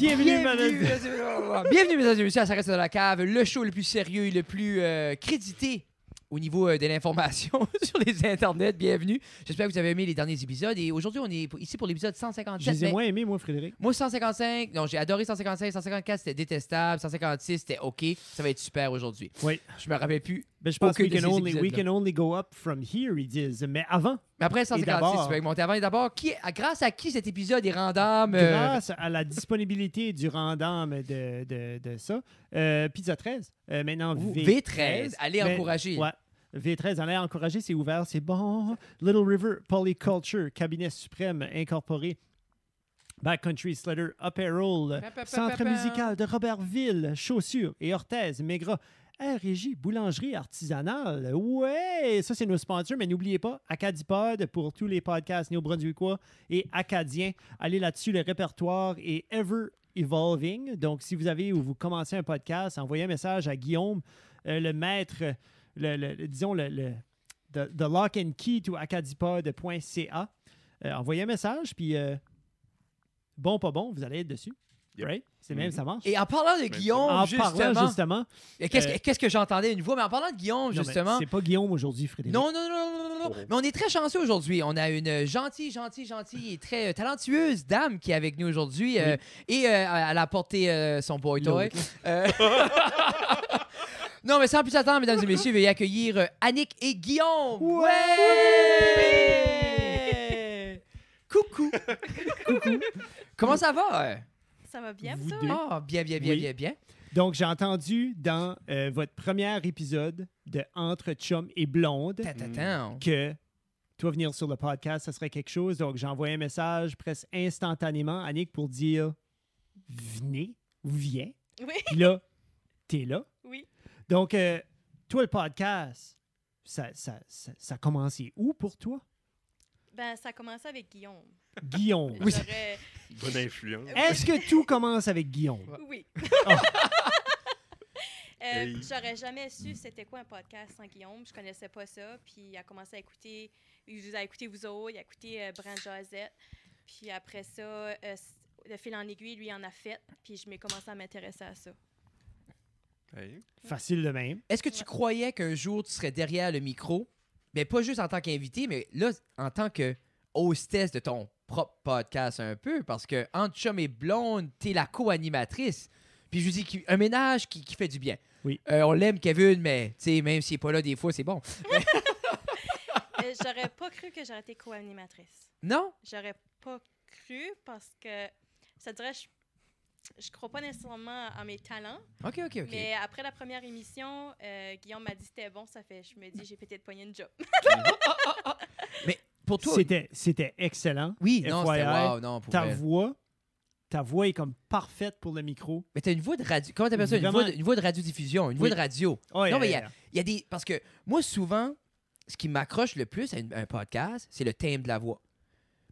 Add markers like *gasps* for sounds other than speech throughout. Bienvenue, Bienvenue, mesdames et messieurs, à Ça reste dans la cave, le show le plus sérieux et le plus euh, crédité au niveau euh, de l'information *laughs* sur les internets. Bienvenue. J'espère que vous avez aimé les derniers épisodes. Et aujourd'hui, on est ici pour l'épisode 157. Je les ai mais- moins aimés, moi, Frédéric. Moi, 155, non, j'ai adoré 155. 154, c'était détestable. 156, c'était OK. Ça va être super aujourd'hui. Oui. Je me rappelle plus. Ben, je pense que Aucun we de ces can, only, we épisodes-là. can only go up from here, ils disent. Mais avant, Mais après d'abord- 156, tu peux monter avant. Et d'abord, qui, à- grâce à qui cet épisode est random? euh, grâce à la disponibilité du random de, de, de ça, euh, Pizza 13, euh, maintenant Ouh, V13. V13, allez mais- encourager. Ouais. V13, allez encourager, c'est ouvert, c'est bon. Little River Polyculture, Cabinet Suprême Incorporé. Backcountry Slater, Apparel, Pa, pa, pa, Centre pa, pa. musical de Robertville, Chaussures et Orthèse, Maigrat, RJ, Boulangerie Artisanale. Ouais, ça c'est nos sponsors, mais n'oubliez pas Acadipod pour tous les podcasts néo-brunswickois et acadiens. Allez là-dessus, le répertoire est ever evolving. Donc si vous avez ou vous commencez un podcast, envoyez un message à Guillaume, euh, le maître, euh, le, le- le- disons le, le- the, the lock and key to acadipod.ca. Euh, envoyez un message, puis euh, bon, pas bon, vous allez être dessus. Yep. Right? C'est même, Mhm. ça marche. Et en parlant de Guillaume, en Mm-hmm. justement, parlant justement. Et qu'est-ce que- euh, qu'est-ce que j'entendais une voix? Mais en parlant de Guillaume, Non, mais justement, C'est pas Guillaume aujourd'hui, Frédéric. Non, non, non, non, non, non. Oh. Mais on est très chanceux aujourd'hui. On a une gentille, gentille, gentille et très euh, talentueuse dame qui est avec nous aujourd'hui. euh, et euh, elle a apporté euh, son boy toy. Euh, *laughs* non, mais sans plus attendre, mesdames et messieurs, veuillez accueillir euh, Annick et Guillaume. Ouais! *laughs* Ouais! *laughs* Coucou! Comment ça va? euh? Ça va bien, Vous ça? deux. Ah, bien, bien, bien, Oui. bien, bien. Donc, j'ai entendu dans euh, votre premier épisode de Entre Chum et Blonde Attends, attends. que toi venir sur le podcast, ça serait quelque chose. Donc, j'ai envoyé un message presque instantanément à Nick pour dire Venez ou viens. Oui, Puis là, t'es là. oui. Donc, euh, toi, le podcast, ça, ça, ça, ça a commencé où pour toi? Ben, ça a commencé avec Guillaume. Guillaume. Oui. *laughs* J'aurais- Bonne influence. Est-ce que tout commence avec Guillaume? *laughs* Oui. Ah. Euh, Hey. J'aurais jamais su c'était quoi un podcast sans Guillaume. Je connaissais pas ça. Puis il a commencé à écouter. Il vous a écouté vous autres, il a écouté euh, Brand Josette. Puis après ça, euh, s- de fil en aiguille, lui il en a fait. Puis je m'ai commencé à m'intéresser à ça. Hey. Facile de même. Est-ce que tu Ouais. croyais qu'un jour tu serais derrière le micro, mais pas juste en tant qu'invité, mais là, en tant que hostesse de ton propre podcast un peu, parce que entre chum et blonde, t'es la co-animatrice. Puis je vous dis qu'un ménage qui, qui fait du bien. Oui. Euh, on l'aime, Kevin, mais tu sais, même s'il n'est pas là des fois, c'est bon. Euh, J'aurais pas cru que j'aurais été co-animatrice. Non? j'aurais pas cru parce que ça dirait je je crois pas nécessairement à mes talents, OK, OK, OK. mais après la première émission, euh, Guillaume m'a dit c'était bon, ça fait, je me dis j'ai peut-être pogné une job. Pour toi, C'était, c'était excellent. oui, non, c'était FYI, wow, non, pour Ta vrai. voix, ta voix est comme parfaite pour le micro. Mais t'as une voix de radio. Comment t'appelles ça? Une Vraiment- voix de, une voix de radiodiffusion, une voix Oui. de radio. Oh, Ouais, Non, mais il y euh, Il y a des. Parce que moi, souvent, ce qui m'accroche le plus à une- un podcast, c'est le thème de la voix.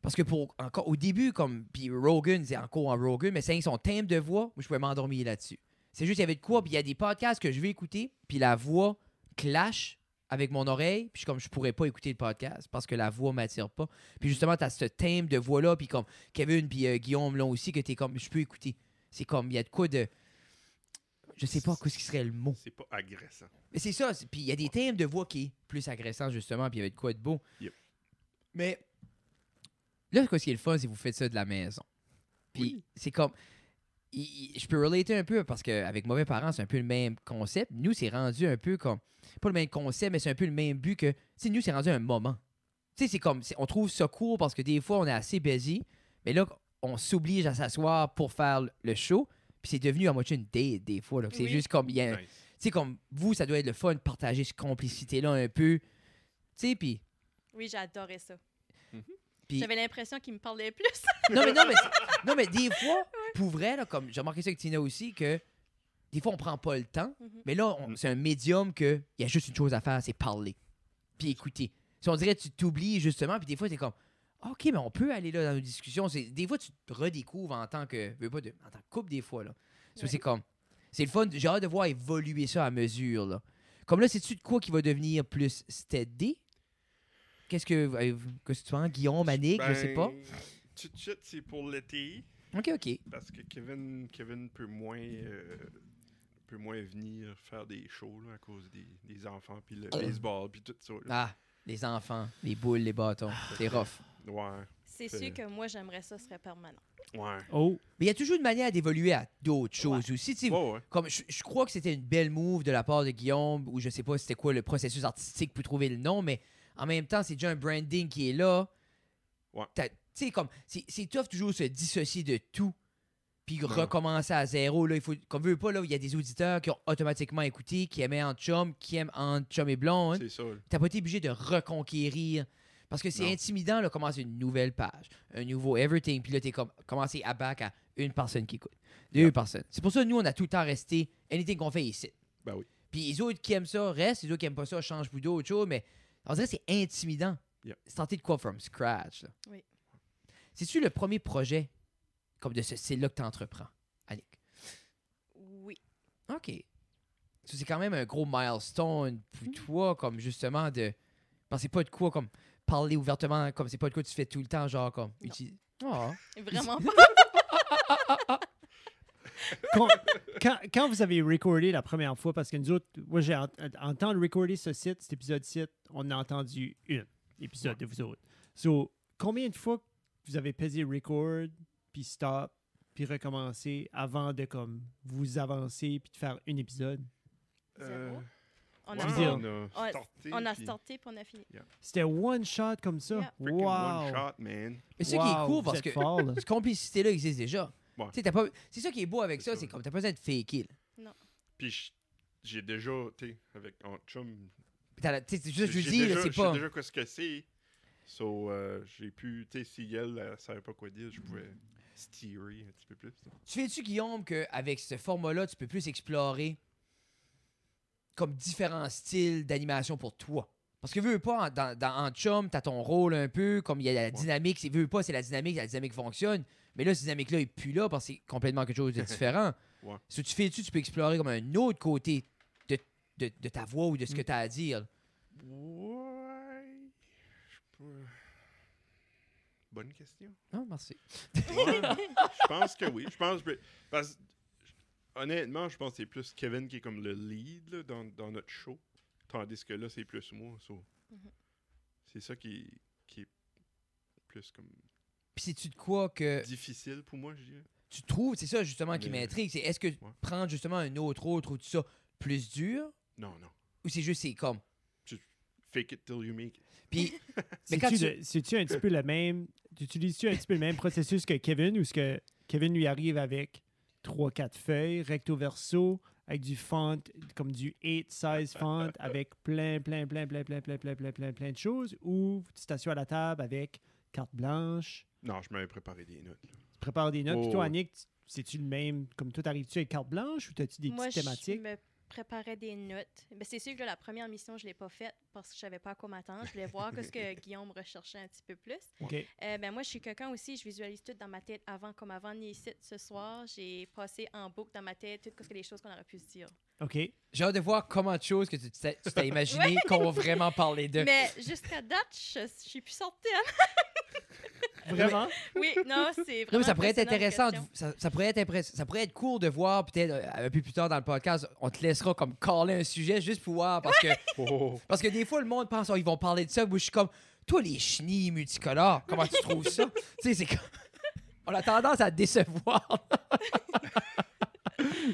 Parce que pour encore au début, comme puis Rogan, c'est encore en Rogan, mais c'est son thème de voix, moi, je pouvais m'endormir là-dessus. C'est juste il y avait de quoi, puis il y a des podcasts que je vais écouter, puis la voix clash avec mon oreille, puis je suis comme je pourrais pas écouter le podcast parce que la voix m'attire pas. Puis justement, tu as ce thème de voix là, puis comme Kevin puis euh, Guillaume l'ont aussi que tu es comme je peux écouter. C'est comme il y a de quoi de je sais pas qu'est-ce qui serait le mot. C'est pas agressant. Mais c'est ça. c'est- Puis il y a des thèmes de voix qui est plus agressant, justement. Puis il y avait de quoi de beau. Yep. Mais là, quoi, ce qui est le fun, c'est que vous faites ça de la maison. Puis c'est comme. il- il- je peux relater un peu parce qu'avec Mauvais Parents, c'est un peu le même concept. Nous, c'est rendu un peu comme. Pas le même concept, mais c'est un peu le même but que. Tu sais, nous, c'est rendu un moment. Tu sais, c'est comme. c'est- On trouve ça court parce que des fois, on est assez busy. Mais là, on s'oblige à s'asseoir pour faire le show. Puis c'est devenu à moitié une date des fois. là. C'est Oui. juste comme. il y a- Nice. tu sais, comme vous, ça doit être le fun de partager cette complicité-là un peu. Tu sais, puis. *laughs* Oui, j'ai adoré ça. puis- J'avais l'impression qu'il me parlait plus. *laughs* Non, mais, non, mais, non, mais des fois, pour vrai, là, comme j'ai remarqué ça avec Tina aussi, que des fois, on prend pas le temps, Mhm. mais là, on- c'est un médium que il y a juste une chose à faire, c'est parler, puis écouter. Si on dirait, tu t'oublies justement, puis des fois, c'est comme. OK, mais on peut aller là dans nos discussions. C'est- Des fois, tu te redécouvres en tant que, veux pas de, en tant que couple, des fois. Là. So, Ouais. C'est comme. C'est le fun. J'ai hâte de voir évoluer ça à mesure. Là. Comme là, c'est-tu de quoi qui va devenir plus steady? euh, Qu'est-ce que, avez-vous- qu'est-ce que tu penses? Guillaume, Annick, je sais pas. Ben, Tchut tchut, c'est pour l'été. OK, OK. Parce que Kevin, Kevin peut moins euh, peut moins venir faire des shows là, à cause des, des enfants, puis Euh. le baseball, puis tout ça. là. Ah, les enfants, les boules, les bâtons, c'est rough. Ouais, C'est C'est- sûr que moi, j'aimerais ça serait permanent. ouais. Oh, Mais il y a toujours une manière d'évoluer à d'autres choses aussi. tu sais. Ouais, ouais. Comme je, je crois que c'était une belle move de la part de Guillaume, ou je sais pas c'était quoi le processus artistique pour trouver le nom, mais en même temps, c'est déjà un branding qui est là. Ouais. T'as- Tu sais, comme, c'est c'est tough toujours se dissocier de tout, puis Non. recommencer à zéro. Là, il faut, comme veut pas, là, il y a des auditeurs qui ont automatiquement écouté, qui aimaient en chum, qui aiment en chum et blonde. C'est ça. là. T'as pas été obligé de reconquérir. Parce que c'est Non. intimidant de commencer une nouvelle page, un nouveau everything. Puis là, t'es comme commencé à back à une personne qui écoute, deux Yeah. personnes. C'est pour ça que nous, on a tout le temps resté anything qu'on fait ici. Ben oui. Puis les autres qui aiment ça restent, les autres qui aiment pas ça changent pour d'autres choses, mais on dirait que c'est intimidant. Yeah. C'est tenté de quoi from scratch. là. Oui. C'est-tu le premier projet comme de ce style-là que t'entreprends, Annick? *laughs* Oui. OK. Ça, c'est quand même un gros milestone pour toi, comme justement de. Parce que c'est pas de quoi, comme parler ouvertement, comme c'est pas de quoi tu fais tout le temps, genre comme. Non. uti- Ah. Vraiment pas. quand, quand- quand vous avez recordé la première fois, parce que nous autres, moi, j'ai en, en temps de recorder ce site, cet épisode-ci, on a entendu une épisode de vous autres. So, combien de fois vous avez pesé record, puis stop, puis recommencer avant de comme vous avancer puis de faire un épisode? Euh, On ouais, a, Tu veux dire- on a starté. on a puis- starté puis on a fini. C'était one shot comme ça. Yeah. Freaking Wow! One shot, man. Mais c'est ça qui est Wow, cool vous parce êtes que fort, là. cette complicité-là existe déjà. Ouais. Tu sais, t'as pas- C'est ça qui est beau avec C'est ça, ça. c'est comme t'as pas besoin de faker. là. Puis j- j'ai déjà, tu sais, avec mon chum. T'as la- Tu sais, c'est j'ai juste, je vous j'ai dis, là, déjà- c'est Je sais pas. déjà quoi ce que c'est. So, euh, j'ai pu, tu sais, si elle euh, savait pas quoi dire, je pouvais steerer un petit peu plus. là. Tu fais-tu, Guillaume, qu'avec ce format-là, tu peux plus explorer comme différents styles d'animation pour toi? Parce que veux veux pas, en- dans, dans En Chum, t'as ton rôle un peu, comme il y a la dynamique, c'est veux veux pas, c'est la dynamique, la dynamique fonctionne. Mais là, cette dynamique-là est plus là parce que c'est complètement quelque chose de différent. *laughs* Ouais. Si tu fais-tu, tu peux explorer comme un autre côté de, de- de ta voix ou de ce que Mm. t'as à dire. Ouais. Je peux- Bonne question. Non, merci. Ouais, je pense que oui. Je pense que- parce que, honnêtement, je pense que c'est plus Kevin qui est comme le lead là, dans, dans notre show. Tandis que là, c'est plus moi. so. Mhm. C'est ça qui, qui est plus comme Puis c'est-tu de quoi que difficile pour moi, je dirais. tu trouves, c'est ça justement qui Mais- euh, m'intrigue, c'est est-ce que prendre justement un autre autre ou tout ça plus dur Non, non. ou c'est juste c'est comme Fake it till you make it. Puis, mais quand C'est-tu tu- le- c'est-tu un petit peu le même. Utilises-tu un petit peu le même processus que Kevin ou est-ce que Kevin lui arrive avec 3-4 feuilles, recto verso, avec du font, comme du 8-size font, avec plein, plein, plein, plein, plein, plein, plein, plein, plein, plein de choses ou tu t'assois à la table avec carte blanche, Non, je m'avais préparé des notes. là. tu prépares des notes, puis toi, Oh. Annick, tu- c'est-tu le même, comme toi, t'arrives-tu avec carte blanche ou t'as-tu des Moi, petites je thématiques? me préparais des notes. Ben, c'est sûr que là, la première mission, je ne l'ai pas faite parce que je savais pas à quoi m'attendre. Je voulais voir *laughs* ce que Guillaume recherchait un petit peu plus. OK. Euh, ben, moi, je suis quelqu'un aussi, je visualise tout dans ma tête avant, comme avant de venir ici ce soir. J'ai passé en boucle dans ma tête toutes les choses qu'on aurait pu se dire. OK. Euh, J'ai hâte de voir comment de choses que tu t'es tu *laughs* t'as imaginé qu'on va vraiment parler de. Mais jusqu'à date, je ne suis plus sortie. *laughs* hein. Vraiment? Oui, non, c'est Non, vraiment. mais ça pourrait être intéressant, impressionnant, vos questions. de- ça, ça pourrait être impress- ça pourrait être cool de voir peut-être euh, un peu plus tard dans le podcast, on te laissera comme caller un sujet juste pour voir *laughs* parce que Oh, parce que des fois le monde pense oh, ils vont parler de ça, moi je suis comme toi les chenilles multicolores, comment tu trouves *laughs* ça Tu sais c'est comme- on a tendance à décevoir.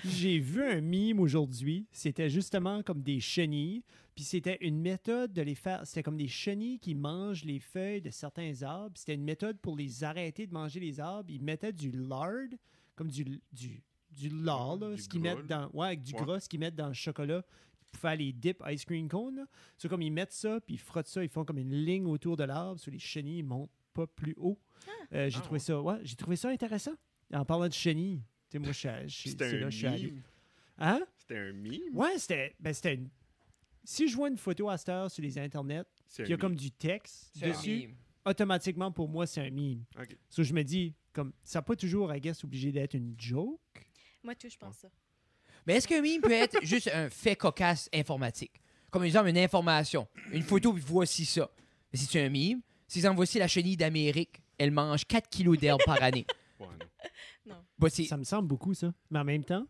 J'ai vu un mime aujourd'hui. C'était justement comme des chenilles. Puis c'était une méthode de les faire. C'était comme des chenilles qui mangent les feuilles de certains arbres. C'était une méthode pour les arrêter de manger les arbres. Ils mettaient du lard, comme du, du, du lard, là, Du ce qu'ils gras, mettent dans. Ouais, avec du Ouais. gras, ce qu'ils mettent dans le chocolat pour faire les dips ice cream cone. là. C'est comme ils mettent ça, puis ils frottent ça, ils font comme une ligne autour de l'arbre. Sur les chenilles, ils montent pas plus haut. Euh, j'ai Ah, trouvé ouais. ça, ouais, j'ai trouvé ça intéressant. En parlant de chenilles, tu sais, moi, je suis à- je suis- C'était c'est là un que je suis allé. mime. Hein? C'était un mime. Ouais, c'était. Ben, c'était une- Si je vois une photo à cette heure sur les internets, C'est puis un il y a mime. comme du texte C'est un dessus, mime. automatiquement pour moi, c'est un mime. Ok. So, je me dis, comme, ça n'a pas toujours, I guess, obligé d'être une joke. Moi, tout, je pense ça. Mais est-ce qu'un mime peut être juste un fait cocasse informatique? Comme exemple, une information, une photo, puis voici ça. Mais si tu un mime, si exemple, voici la chenille d'Amérique, elle mange 4 kilos d'herbe par année. Ouais, non. Bah, c'est- Ça me semble beaucoup, ça. Mais en même temps,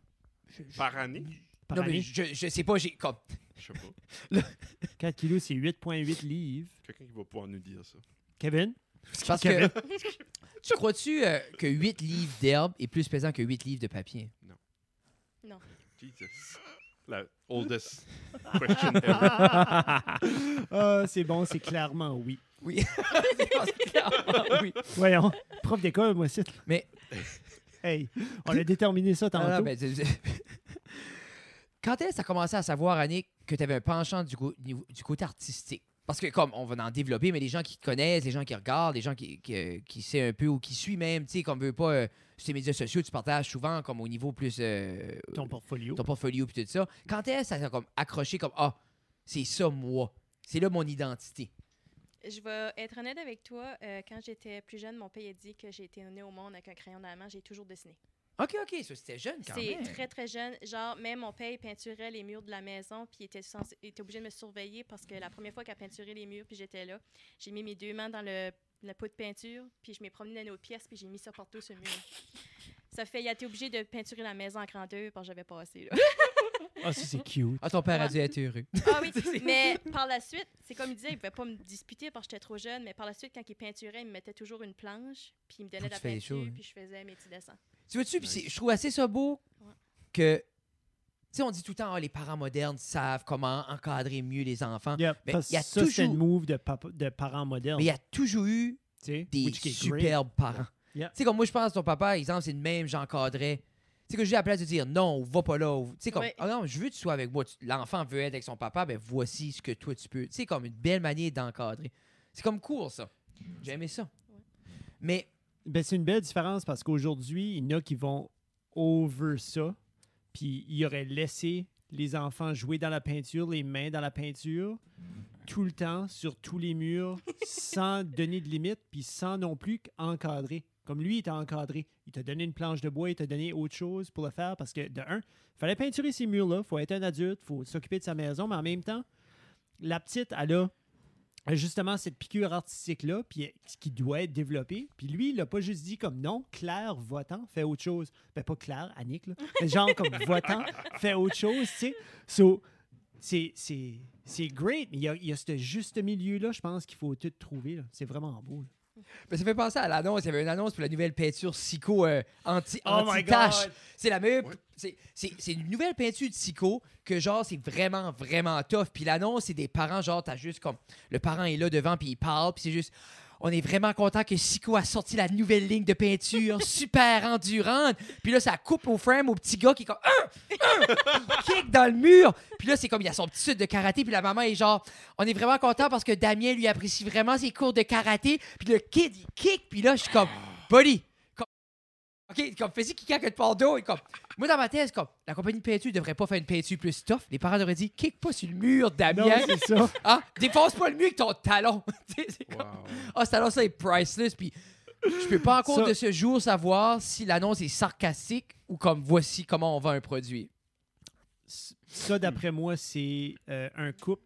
je- je- Par année? par non, mais année, je, je sais pas, j'ai comme. Je sais pas. 4 kilos, c'est 8,8 livres. Quelqu'un qui va pouvoir nous dire ça. *laughs* Kevin? Parce que. tu crois-tu euh, que 8 livres d'herbe est plus pesant que 8 livres de papier? Jesus. La oldest question ever. Ah, c'est bon, c'est clairement oui. Oui. C'est parce que, clairement, *laughs* oui. Voyons, prof d'école, moi, c'est... Mais- Ah, Hey, on a déterminé ça Non, non, tantôt. mais c'est- c'est- *laughs* Quand est-ce que t'as commencé à savoir, Annick, que t'avais un penchant du, go- niveau- du côté artistique? Parce que, comme, on va en développer, mais les gens qui te connaissent, les gens qui regardent, les gens qui, qui, euh, qui sait un peu ou qui suivent même, tu sais, comme veut pas, euh, sur tes médias sociaux, tu partages souvent, comme, au niveau plus... euh, Ton portfolio. ton portfolio puis tout ça. Quand est-ce que ça t'a comme accroché comme ah, c'est ça moi, c'est là mon identité. Je vais être honnête avec toi. euh, quand j'étais plus jeune, mon père a dit que j'ai été née au monde avec un crayon dans la main. J'ai toujours dessiné. OK, OK, ça c'était jeune quand C'est même. très, très jeune. Genre, même mon père il peinturait les murs de la maison, puis il était, censé- il était obligé de me surveiller parce que la première fois qu'il a peinturé les murs, puis j'étais là, j'ai mis mes deux mains dans le, le pot de peinture, puis je m'ai promené dans une autre pièce, puis j'ai mis ça partout sur *laughs* le mur. Ça fait, il a été obligé de peinturer la maison en grandeur parce que j'avais pas assez. *laughs* là. Ah, ça, c'est cute. Ah, ton père a dû être heureux. Ah oui, mais par la suite, c'est comme il disait, il pouvait pas me disputer parce que j'étais trop jeune, mais par la suite, quand il peinturait, il me mettait toujours une planche, puis il me Faut donnait de que la tu fais les peinture, choses, hein. puis je faisais mes petits dessins. tu vois-tu, puis c'est- Nice. je trouve assez ça beau Ouais. que, tu sais, on dit tout le temps, Ah, les parents modernes savent comment encadrer mieux les enfants. Yep, Mais parce il y a que ça, c'est le toujours- move de, papa- de parents modernes. Mais il y a toujours eu tu sais, des which is great. superbes parents. Yeah. Tu sais, comme moi, je pense, ton papa, exemple, c'est le même, j'encadrais. Tu sais, que j'ai à la place de dire non, va pas là. ou- Tu sais, comme, Ouais. ah non, je veux que tu sois avec moi. Tu- L'enfant veut être avec son papa, ben voici ce que toi tu peux. Tu sais, comme une belle manière d'encadrer. C'est comme court, ça. J'ai aimé ça. Ouais. Mais, Ben, c'est une belle différence parce qu'aujourd'hui, il y en a qui vont over ça, puis ils auraient laissé les enfants jouer dans la peinture, les mains dans la peinture, tout le temps, sur tous les murs, *laughs* sans donner de limite, puis sans non plus encadrer. Comme lui, il t'a encadré. Il t'a donné une planche de bois, il t'a donné autre chose pour le faire parce que, de un, fallait peinturer ces murs-là, faut être un adulte, faut s'occuper de sa maison, mais en même temps, la petite, elle a euh, justement cette piqûre artistique-là, puis euh, ce qui doit être développée. Puis lui, il n'a pas juste dit comme non, Claire, va-t'en, fais autre chose. Ben pas Claire, Annick, là. Mais genre comme va-t'en, fais autre chose, tu sais. So, c'est- c'est c'est great, mais il y a, il y a ce juste milieu-là, je pense qu'il faut tout trouver. là. C'est vraiment beau. là. ben, ça fait penser à l'annonce. Il y avait une annonce pour la nouvelle peinture Sico euh, anti, anti-tache. C'est la meilleure. Ouais. C'est, c'est- c'est une nouvelle peinture de psycho que, genre, c'est vraiment, vraiment tough. Puis l'annonce, c'est des parents, genre, t'as juste comme. Le parent est là devant, puis il parle, puis c'est juste. On est vraiment content que Psycho a sorti la nouvelle ligne de peinture, super endurante. Puis là, ça coupe au frame au petit gars qui est comme. Un! Un! Puis il kick dans le mur. Puis là, c'est comme il y a son petit sud de karaté. Puis la maman est genre. On est vraiment content parce que Damien lui apprécie vraiment ses cours de karaté. Puis le kid, il kick. Puis là, je suis comme. Buddy! comme- OK, comme fais-y kicker que de pordo. Et comme. Moi, dans ma thèse, comme, la compagnie de peinture devrait pas faire une peinture plus tough. Les parents devraient dire kick pas sur le mur, Non, Damien. c'est ça. *laughs* Hein? Défonce pas le mur avec ton talon. *laughs* Tu sais, c'est comme- Wow. Ah, ce talon-là est priceless. Puis je peux pas encore Ça- de ce jour savoir si l'annonce est sarcastique ou comme voici comment on vend un produit. Ça, d'après moi, c'est euh, un couple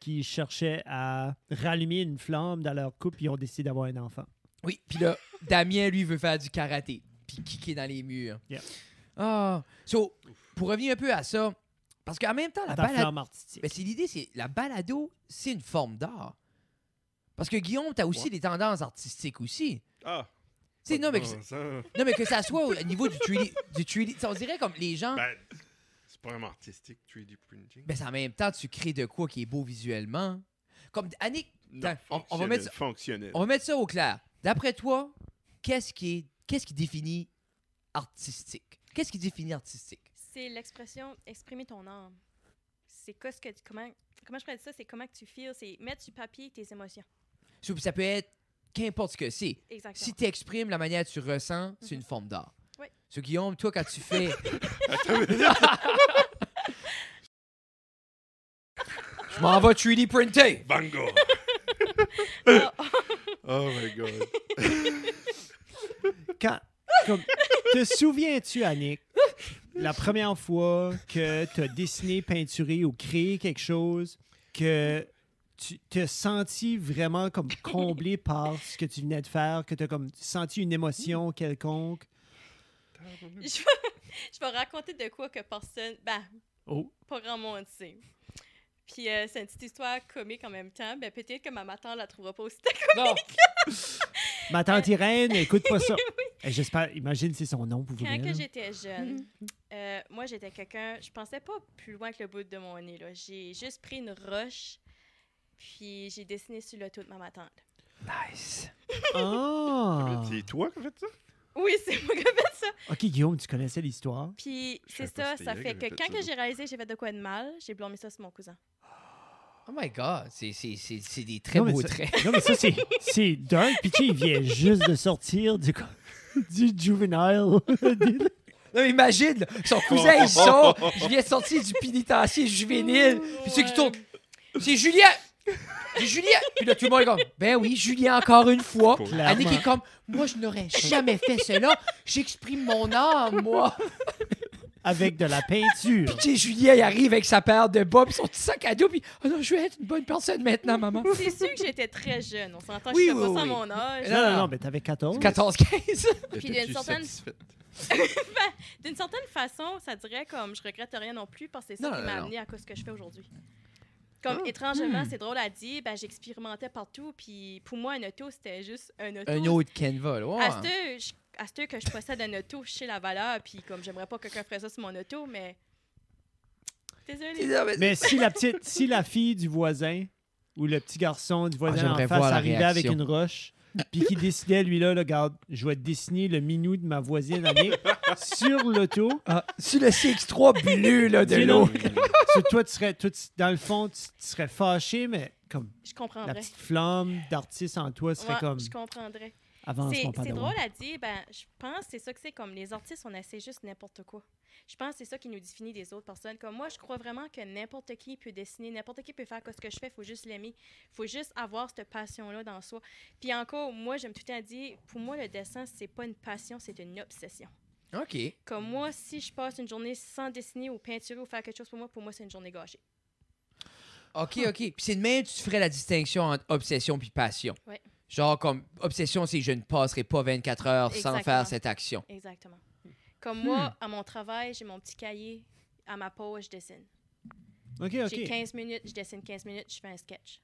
qui cherchait à rallumer une flamme dans leur couple, ils ont décidé d'avoir un enfant. Oui, puis là, Damien, lui, veut faire du karaté, puis kicker dans les murs. Yeah. Ah, so, pour revenir un peu à ça, parce qu'en même temps, Ah, la Ta balade. flamme artistique. Mais c'est l'idée, c'est la balado, c'est une forme d'art. Parce que Guillaume, t'as aussi Ouais. des tendances artistiques aussi. Ah! Tu sais, pas non, de mais que, bon Hein? sens. non, mais que ça soit au niveau du 3D. Du 3D, tu sais, on dirait comme les gens. Ben, c'est pas vraiment artistique, 3D printing. Ben, Mais c'est en même temps, tu crées de quoi qui est beau visuellement. Comme Annick, Non, attends, on, on va mettre, ça- fonctionnel. on va mettre ça au clair. D'après toi, qu'est-ce qui, est- qu'est-ce qui définit artistique? Qu'est-ce qui définit artistique? C'est l'expression exprimer ton âme. C'est quoi ce que tu- comment comment je pourrais dire ça, c'est comment que tu feels, c'est mettre sur papier tes émotions. So, puis Ça peut être qu'importe ce que c'est. Si Exactement. tu exprimes la manière que tu ressens, c'est une forme d'art. Oui. So, Guillaume, toi, quand tu fais. Je m'en vais 3D printer. Bango! *laughs* Ah, *laughs* Oh my god. quand. comme- te souviens-tu, Annick, la première fois que tu as dessiné, peinturé ou créé quelque chose, que tu te senti vraiment comme comblé par ce que tu venais de faire, que tu as comme senti une émotion quelconque? je, vais, je vais raconter de quoi que personne. Ben, Oh, pas grand monde sait. Puis euh, c'est une petite histoire comique en même temps. Ben, peut-être que ma tante la trouvera pas aussi Non, ma tante Irène, écoute pas *laughs* ça. Eh, J'espère, imagine c'est son nom pour vous. Quand que dire. j'étais jeune, *laughs* euh, moi, j'étais quelqu'un, je pensais pas plus loin que le bout de mon nez. là. J'ai juste pris une roche, puis j'ai dessiné sur le tout de ma tante. nice. Ah! C'est toi qui as fait ça? Oui, c'est moi qui ai fait ça. Ok, Guillaume, tu connaissais l'histoire. Puis Je c'est savais pas ça, si ça c'était fait elle qui que avait fait quand ça. que j'ai réalisé que j'ai fait de quoi de mal, j'ai blâmé ça sur *laughs* mon cousin. Oh my God, c'est c'est- c'est- c'est des très Non, mais beaux ça- traits. Non, mais ça, c'est, c'est dark. Puis tu sais, il vient juste de sortir du, co- *laughs* du juvenile. Non, mais imagine, là, son cousin, il sort, je viens de sortir du pénitencier juvénile, puis ceux qui Ouais. tournent, c'est Julien! C'est Julien! Puis là, tout le monde est comme, ben oui, Julien encore une fois. Clairement. Annick est comme, moi, je n'aurais jamais fait cela, j'exprime mon âme, moi. avec de la peinture. *laughs* Puis tu sais, Julien, il arrive avec sa paire de bas, puis son petit sac à dos, puis, oh non, je vais être une bonne personne maintenant, maman. C'est sûr que j'étais très jeune. On s'entend que Oui, je oui, pas ça à oui. mon âge. Non, non, non, mais t'avais 14. Oh, 14-15. Puis d'une certaine- *laughs* D'une certaine façon, ça dirait comme je regrette rien non plus parce que c'est ça Non, qui non, m'a non. Ah. Hmm. amené à cause ce que je fais aujourd'hui. Comme étrangement, c'est drôle à dire, ben, j'expérimentais partout, puis pour moi, un auto, c'était juste un auto. Un autre Kenva, là. À ouais. ce je- à ce que je possède un auto, je sais la valeur, puis comme j'aimerais pas que quelqu'un ferait ça sur mon auto, mais. Désolée. Mais si la petite, si la fille du voisin ou le petit garçon du voisin Ah, j'aimerais en face voir la arrivait avec réaction. une roche, puis qui décidait, lui là, là, regarde, je vais dessiner le minou de ma voisine *laughs* année sur l'auto. Ah, sur le CX3 bleu, là, de Dis-le. l'eau. So, toi, tu serais, toi, tu- dans le fond, tu, tu serais fâché, mais comme Je la comprendrais. petite flamme d'artiste en toi serait Ouais, comme Je comprendrais. avance C'est mon c'est padawan. drôle à dire, ben, je pense que c'est ça que c'est comme les artistes, on essaie juste n'importe quoi. Je pense que c'est ça qui nous définit des autres personnes. Comme moi, je crois vraiment que n'importe qui peut dessiner, n'importe qui peut faire quoi ce que je fais, il faut juste l'aimer. Il faut juste avoir cette passion-là dans soi. Puis encore, moi, j'aime tout le temps dire, pour moi, le dessin, c'est pas une passion, c'est une obsession. OK. Comme moi, si je passe une journée sans dessiner ou peinturer ou faire quelque chose pour moi, pour moi, c'est une journée gâchée. OK, OK. Puis c'est de même que tu ferais la distinction entre obsession puis passion. Ouais. Genre, comme obsession, c'est je ne passerai pas 24 heures sans Exactement. faire cette action. Exactement. Comme moi, à mon travail, j'ai mon petit cahier, à ma pause, je dessine. Ok, J'ai ok. 15 minutes, je dessine 15 minutes, je fais un sketch.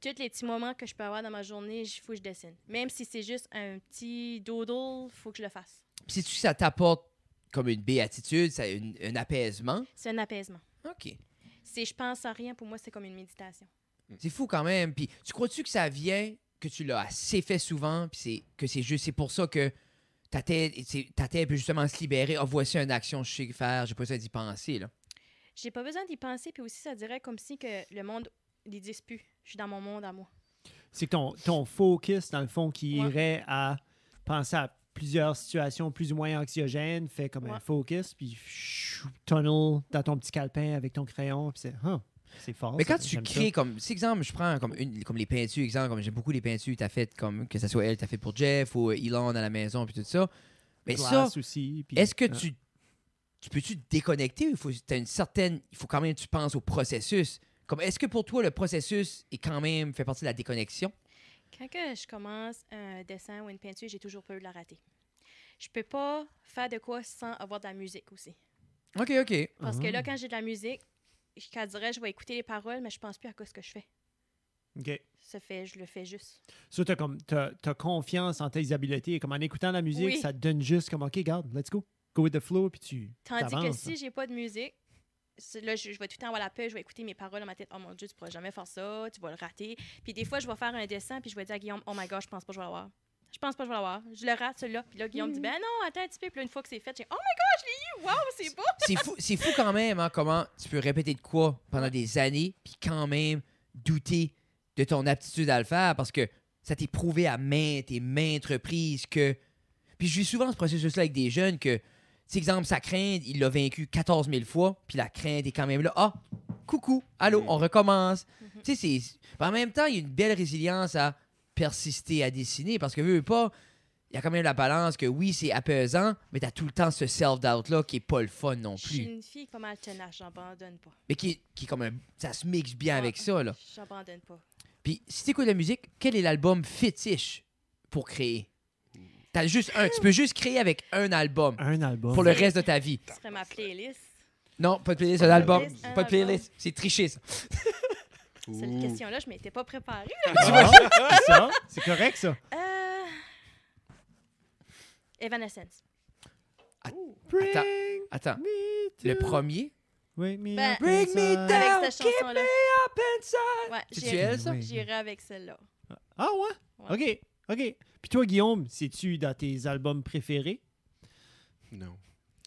Tous les petits moments que je peux avoir dans ma journée, il faut que je dessine. Même si c'est juste un petit doodle, il faut que je le fasse. Puis si tu ça t'apporte comme une béatitude, ça, une- un apaisement. C'est un apaisement. OK. Si je pense à rien, pour moi, c'est comme une méditation. C'est fou quand même. Puis tu crois-tu que ça vient, que tu l'as assez fait souvent, puis c'est, que c'est juste, c'est pour ça que ta tête, c'est- ta tête peut justement se libérer. Ah, voici une action que je sais faire, j'ai pas besoin d'y penser, là. J'ai pas besoin d'y penser, puis aussi, ça dirait comme si que le monde n'existe plus. Je suis dans mon monde à moi. C'est que ton, ton focus, dans le fond, qui Ouais. irait à penser à plusieurs situations plus ou moins anxiogènes, fait comme un Ouais. focus, puis chou, tunnel dans ton petit calepin avec ton crayon, puis c'est huh, c'est fort. Mais ça, quand tu j'aime ça. crées comme. Si, exemple, je prends comme, une, comme les peintures, exemple, comme j'aime beaucoup les peintures, t'as fait comme. Que ce soit elle, t'as fait pour Jeff ou euh, Elon à la maison, puis tout ça. Mais ça, Glass aussi, puis- est-ce que Ah. tu. Tu peux-tu te déconnecter ou il faut, t'as une certaine. Il faut quand même que tu penses au processus. Comme est-ce que pour toi, le processus est quand même fait partie de la déconnexion? Quand que je commence un dessin ou une peinture, j'ai toujours peur de la rater. Je peux pas faire de quoi sans avoir de la musique aussi. OK, OK. Parce que Ah. là, quand j'ai de la musique, je quand dirais, je vais écouter les paroles, mais je pense plus à quoi ce que je fais. Ok. Ça fait, je le fais juste. So, t'as comme t'as- t'as confiance en tes habiletés, comme en écoutant la musique, Oui. ça te donne juste comme OK, garde, let's go, go with the flow, puis tu Tandis que t'avances. hein. si j'ai pas de musique, c'est- là, je, je vais tout le temps avoir la peur, je vais écouter mes paroles dans ma tête. Oh mon Dieu, tu pourras jamais faire ça, tu vas le rater. Puis des fois, je vais faire un dessin, puis je vais dire à Guillaume, oh my god, je pense pas que je vais l'avoir. Je pense pas que je vais l'avoir. Je le rate, celui-là. Puis là, Guillaume dit, ben non, attends un petit peu. Puis là, une fois que c'est fait, j'ai, oh my god, je l'ai eu, wow, c'est beau. c'est fou, c'est fou quand même, hein, comment tu peux répéter de quoi pendant des années, puis quand même douter de ton aptitude à le faire, parce que ça t'est prouvé à maintes et maintes reprises que... Puis je vis souvent ce processus-là avec des jeunes que, tu sais, exemple, sa crainte, il l'a vaincu 14 000 fois, puis la crainte est quand même là. Ah, coucou, allô, Mhm. on recommence. Tu sais, c'est... puis en même temps, il y a une belle résilience à persister à dessiner, parce que, veux, veux pas, il y a quand même la balance que oui, c'est apaisant, mais t'as tout le temps ce self-doubt-là qui est pas le fun non Je suis plus. une fille pas mal tenace, j'abandonne pas. Mais qui, qui est comme un- Ça se mixe bien avec ça, là. J'abandonne pas. Puis si t'écoutes la musique, quel est l'album fétiche pour créer? T'as juste un. Tu peux juste créer avec un album Un album. pour le reste de ta vie. Ce serait ma playlist. Non, pas de playlist, un album. playlist, un Pas de album. playlist. C'est triché, ça. Cette question-là, je m'étais pas préparée. Ah, c'est ça. C'est correct, ça. Euh... Evanescence. Bring Attends. me to... Le premier? Wake me Ben- up Bring me inside. down. Avec cette keep chanson-là. Ouais, C'est j'irai- elle, ça? Oui. J'irai avec celle-là. Ah ouais? OK, OK. Puis toi, Guillaume, c'est-tu dans tes albums préférés? Non.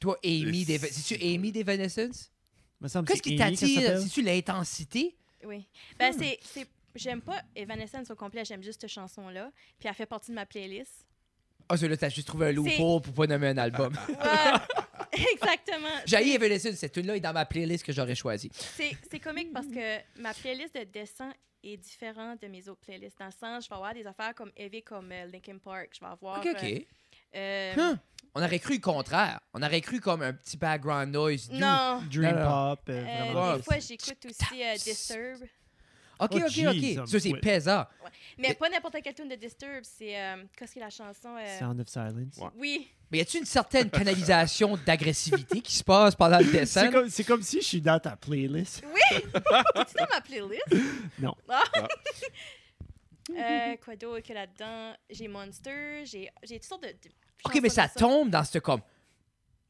Toi, Amy, Les d'Eva- six- c'est-tu Amy d'Evanescence? Me semble que Qu'est-ce qui c'est Amy qu'elle t'attire? s'appelle. C'est-tu l'intensité? Oui. Ben, Hmm. c'est- c'est. J'aime pas Evanescence au complet, j'aime juste cette chanson-là. Puis elle fait partie de ma playlist. Ah, celui-là, t'as juste trouvé un loophole pour pas nommer un album. *laughs* Ouais, Ah! Exactement. J'ai Evanescence, cette tune-là est dans ma playlist que j'aurais choisie. C'est c'est comique parce que ma playlist de dessin est différente de mes autres playlists. Dans le sens, je vais avoir des affaires comme Heavy, comme euh, Linkin Park. Je vais avoir. OK, OK. euh, euh, Hein? On aurait cru le contraire. On aurait cru comme un petit background noise. doux. Non. Dream Non, non. Pop. euh, Ah. Euh, vraiment. wow. Des fois, j'écoute aussi euh, Disturb. OK, Oh, OK, jeez, OK. ça Ça, c'est me- pesant. Mais Mais- pas n'importe quelle tune de Disturb, c'est. euh, Qu'est-ce que la chanson euh, Sound of Silence. Ouais. Oui. Mais y a-t-il une certaine canalisation d'agressivité qui se passe pendant *laughs* le dessin? C'est comme, c'est comme si je suis dans ta playlist. C'est dans ma playlist. Non. Ah. *laughs* Euh, quoi d'autre que là-dedans? J'ai Monster, j'ai j'ai toutes sortes de. de OK, chansons mais ça de tombe dans ce comme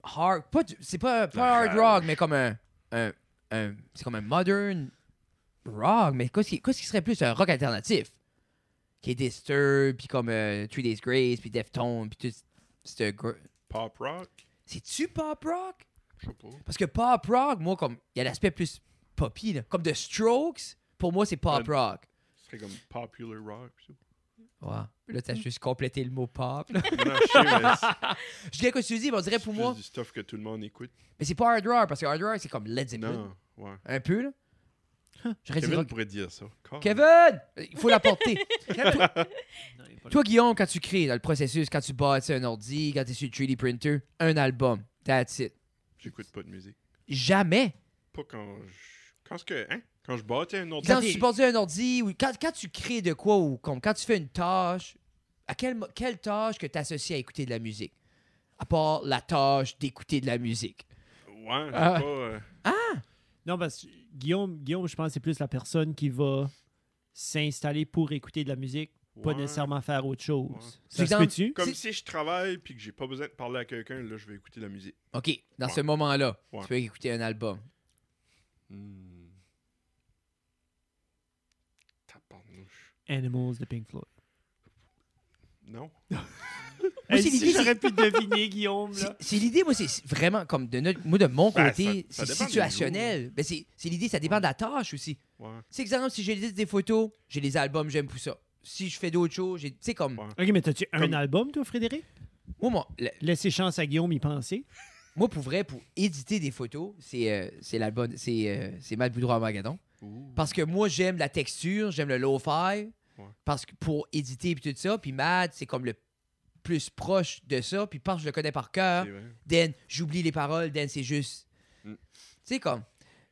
hard. Pas du- c'est pas, pas Le hard rage. rock, mais comme un. un, un- c'est comme un modern rock. Mais qu'est-ce qui, qu'est-ce qui serait plus un rock alternatif? Qui est Disturbed, puis comme euh, Three Days Grace, puis Deftones, puis tout. C'est, Pop rock? c'est-tu pop rock? Je sais pas. Parce que pop rock, moi, comme. Il y a l'aspect plus poppy, là. Comme The Strokes, pour moi, c'est pop Ben- rock. Ce serait comme popular rock. pis tout. Ouais. Là, t'as juste complété le mot pop. *laughs* là. Non, je sais, mais c'est- Je sais ce que tu dis, mais on dirait c'est pour moi. plus du stuff que tout le monde écoute. Mais c'est pas hard rock, parce que hard rock, c'est comme Led Zeppelin. Non, ouais. Un peu, là. J'aurais dit Kevin rock. pourrait dire ça. Carl. Kevin! Il faut *laughs* l'apporter. Toi, Guillaume, quand tu crées dans le processus, quand tu bâtis un ordi, quand tu es sur le 3D printer, un album. That's it. J'écoute pas de musique. Jamais. Pas quand je... Quand ce que... Hein? Quand je bâtis un Quand ordinateur. tu bâtis un ordi, ou quand, quand tu crées de quoi, ou comme quand tu fais une tâche, à quelle, mo- quelle tâche que tu associes à écouter de la musique? À part la tâche d'écouter de la musique. Ouais, j'ai Ah. pas... euh, Non, parce que Guillaume, Guillaume, je pense que c'est plus la personne qui va s'installer pour écouter de la musique, pas ouais. nécessairement faire autre chose. Ouais. Ça se Exemple- peut-tu? Comme C'est- si je travaille puis que j'ai pas besoin de parler à quelqu'un, là, je vais écouter de la musique. OK, dans Ouais. ce moment-là, Ouais. tu peux écouter un album. Hmm. Tabarnouche. Animals de Pink Floyd. Non. Moi, Hey, c'est si l'idée- j'aurais pu deviner, Guillaume, C'est là. c'est l'idée, moi, c'est vraiment comme de, notre- moi, de mon Ben, côté, ça- ça c'est dépend des situationnel. Ben, c'est c'est l'idée, ça dépend de la tâche aussi. Ouais. C'est exemple, si j'ai des photos, j'ai les albums, j'aime tout ça. Si je fais d'autres choses, j'ai- tu sais, comme. Ouais. *laughs* OK, mais t'as-tu un Comme- album, toi, Frédéric? Moi, mon- le- Laissez chance à Guillaume y penser. moi, pour vrai, pour éditer des photos, c'est euh, c'est l'album, c'est euh, c'est Matt Boudreau à Magadon. Ouh. Parce que moi, j'aime la texture, j'aime le low-fi. Ouais. Parce que pour éditer et tout ça, puis Matt, c'est comme le plus proche de ça. Puis parce que je le connais par cœur, C'est vrai. Dan, j'oublie les paroles, Dan, c'est juste. Mm. Tu sais, comme.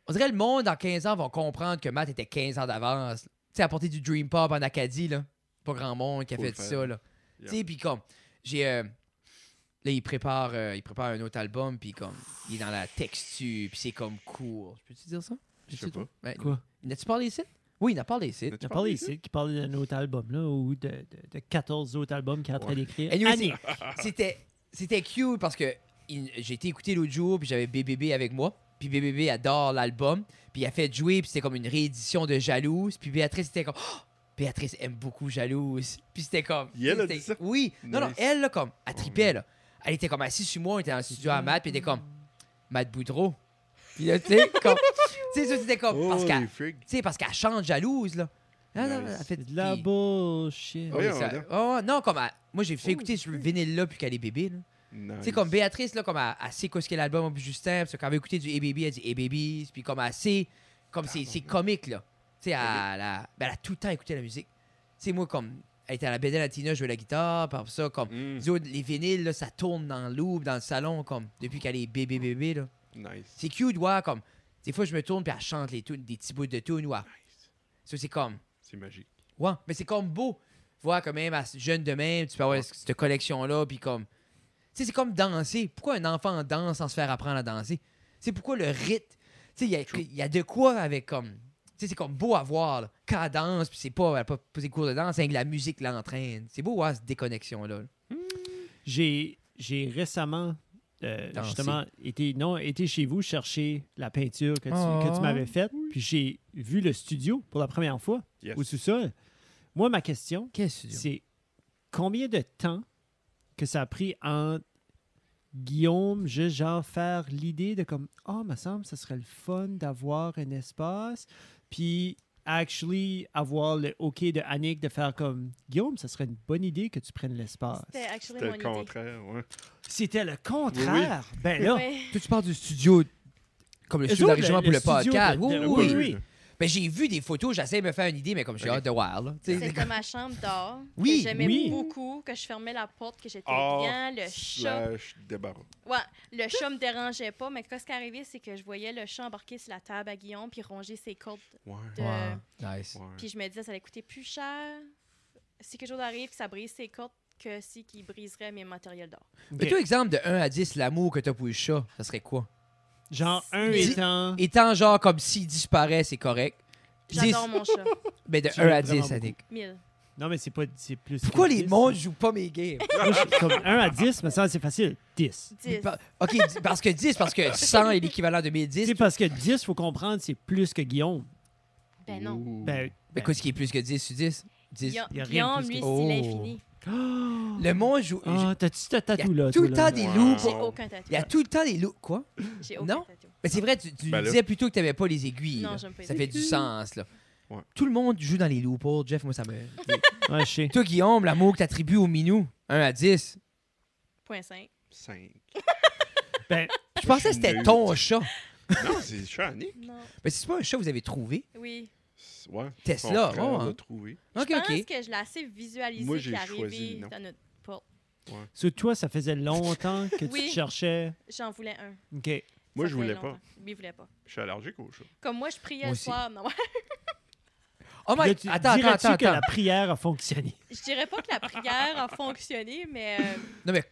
On dirait le monde, dans 15 ans, va comprendre que Matt était 15 ans d'avance. Tu sais, apporter du Dream Pop en Acadie, là. Pas grand monde qui a Faut fait le faire. ça, là. Yeah. Tu sais, puis comme. J'ai. euh, là, il prépare, euh, il prépare un autre album, puis comme. Il est dans la texture, puis c'est comme court. Peux-tu dire ça? Je sais pas. Ouais. Quoi? N'as-tu parlé ici? Oui, il en a parlé ici. On a N'as-tu parlé ici qui parlait d'un autre album, là, ou de, de- de 14 autres albums qu'il est en train Ouais. d'écrire. Anyway, Annie. c'est- c'était, c'était cute parce que il- j'ai été écouter l'autre jour, puis j'avais BBB avec moi. Puis BBB adore l'album. Puis il a fait jouer, puis c'était comme une réédition de Jalouse. Puis Béatrice était comme. Oh! Béatrice aime beaucoup Jalouse. Puis c'était comme. Et elle a c'était- dit ça? Oui. Non, non, Nice. elle, là, comme, elle tripait, là. Elle était comme assise sur moi, on était dans le studio Mm. à Matt, puis elle était comme. Matt Boudreau. Puis là, tu sais, *laughs* comme. Tu sais, ça, c'était comme. Oh, parce, qu'elle, Holy tu frig. sais, parce qu'elle chante Jalouse, là. Non, non, Nice. elle fait C'est de la puis- bullshit. oui, Voyons ça- donc. Oh Ah ouais, non, comme elle- moi j'ai fait écouter ce vinyle-là puis qu'elle est bébé. là. Tu sais, Nice. comme Béatrice, là, comme elle, elle sait quoi ce qu'est l'album au Justin, parce que quand elle veut écouter du Hey Baby, elle dit Hey Baby, puis comme elle sait, comme c'est, c'est comique, là. Tu sais, elle, elle a- ben, elle a tout le temps écouté la musique. Tu sais, moi, comme, elle était à la BD Latina, je jouais la guitare, par ça, comme, Mm. les autres- les vinyles, là, ça tourne dans le loop, dans le salon, comme, depuis qu'elle est bébé, bébé, là. Nice. C'est cute, ouais, comme, des fois, je me tourne puis elle chante les tunes, des petits bouts de tunes, ouais. Nice. Ça, c'est comme, C'est magique. Ouais, mais c'est comme beau. voir quand même, à ce jeune de même, tu peux avoir cette collection-là, puis comme. Tu sais, c'est comme danser. Pourquoi un enfant danse sans se faire apprendre à danser? C'est pourquoi le rythme. Tu sais, il y a, il y a de quoi avec comme. Tu sais, c'est comme beau à voir, là. cadence, puis c'est pas, elle a pas posé cours de danse, c'est que la musique l'entraîne. C'est beau, voir cette déconnexion-là. là. J'ai, j'ai récemment euh, Dansé. justement été, non, été chez vous chercher la peinture que tu, que Oh. tu m'avais faite, puis j'ai vu le studio pour la première fois Yes. au sous-sol. Moi, ma question, Qu'est-ce que tu dis? c'est combien de temps que ça a pris en Guillaume, juste genre faire l'idée de comme Ah, me semble, ça serait le fun d'avoir un espace. Puis, actually, avoir le OK de Annick de faire comme Guillaume, ça serait une bonne idée que tu prennes l'espace. C'était actually C'était mon le idée. contraire, ouais. C'était le contraire. Ben là, Ouais. Toi, tu parles du studio, comme le Eux studio autres, d'enregistrement le- pour le le studio podcast. de- Oui, de- oui, oui, oui. Ben, j'ai vu des photos, j'essaie de me faire une idée, mais comme je suis Ok. hâte de voir, là. Tu sais, c'est *laughs* C'était ma chambre d'or. Oui, que j'aimais oui. beaucoup, que je fermais la porte, que j'étais Or, bien. Le chat, slash débarras. ouais, le chat me dérangeait pas, mais ce qui arrivait, c'est que je voyais le chat embarquer sur la table à Guillaume puis ronger ses cordes. Ouais. de- Ouais, Nice. ouais. Puis je me disais, ça allait coûter plus cher si quelque chose arrive que ça brise ses cordes que si qui briserait mes matériels d'or. Mais Ok. toi, exemple de 1 à 10, l'amour que t'as pour le chat, ça serait quoi? genre un Dis- étant. Étant genre comme s'il disparaît, c'est correct. Dix- J'adore mon *laughs* chat. Mais de Tu 1 l'aimes à vraiment 10, Annick. Mille. Non, mais c'est pas. C'est plus. Pourquoi que les dix. mondes jouent pas mes games? Moi, je suis comme 1 à 10, mais ça, c'est facile. 10. Mais Dix. par- OK, dix- parce que 10, parce que 100 est l'équivalent de 1010. C'est parce que 10, faut comprendre, c'est plus que Guillaume. Ben non. Ouh. Ben, Mais qu'est-ce qui est plus que 10 sur 10? 10. Guilla- y a rien de Guillaume, plus lui, que- c'est Oh. l'infini. Oh, *gasps* Le monde joue... Ah, t'as-tu ce Il y a tatou-là? tout toi, le là? temps des Ouais. loups. J'ai Oh. aucun Il y tatou. a tout le temps des loups. Quoi? J'ai aucun Non? tatou. Mais c'est vrai, tu, tu Ben là- disais plutôt que t'aimais pas les aiguilles. Non, là. j'aime pas les Ça fait du aiguilles. sens, là. Ouais. Tout le monde joue dans les loopholes. Jeff, moi, ça me... *laughs* Ouais, je sais. Toi, Guillaume, l'amour que t'attribues au minou, 1 à 10. Point cinq. *laughs* Cinq. Ben, Je pensais que suis c'était neutre. ton chat. Non, c'est Shani. Non. Mais si c'est pas un chat que vous avez trouvé, Oui. Ouais. son Tesla, frère ouais, l'a hein. trouvé. OK, Je pense OK. que je l'ai assez visualisé Moi, qui j'ai arrivait choisi non. dans notre porte. sur toi, ça faisait longtemps que tu Oui. te cherchais. J'en voulais un. OK. Moi, je Ça fait voulais longtemps. pas. Lui, il voulait pas. Je suis allergique au chat. Comme moi, *laughs* je priais Moi le aussi. soir. Non, Oh my... Là, tu- Attends, attends, Dirais-tu attends, que attends. la prière a fonctionné? je dirais pas que la prière a fonctionné, mais. euh, Non, mais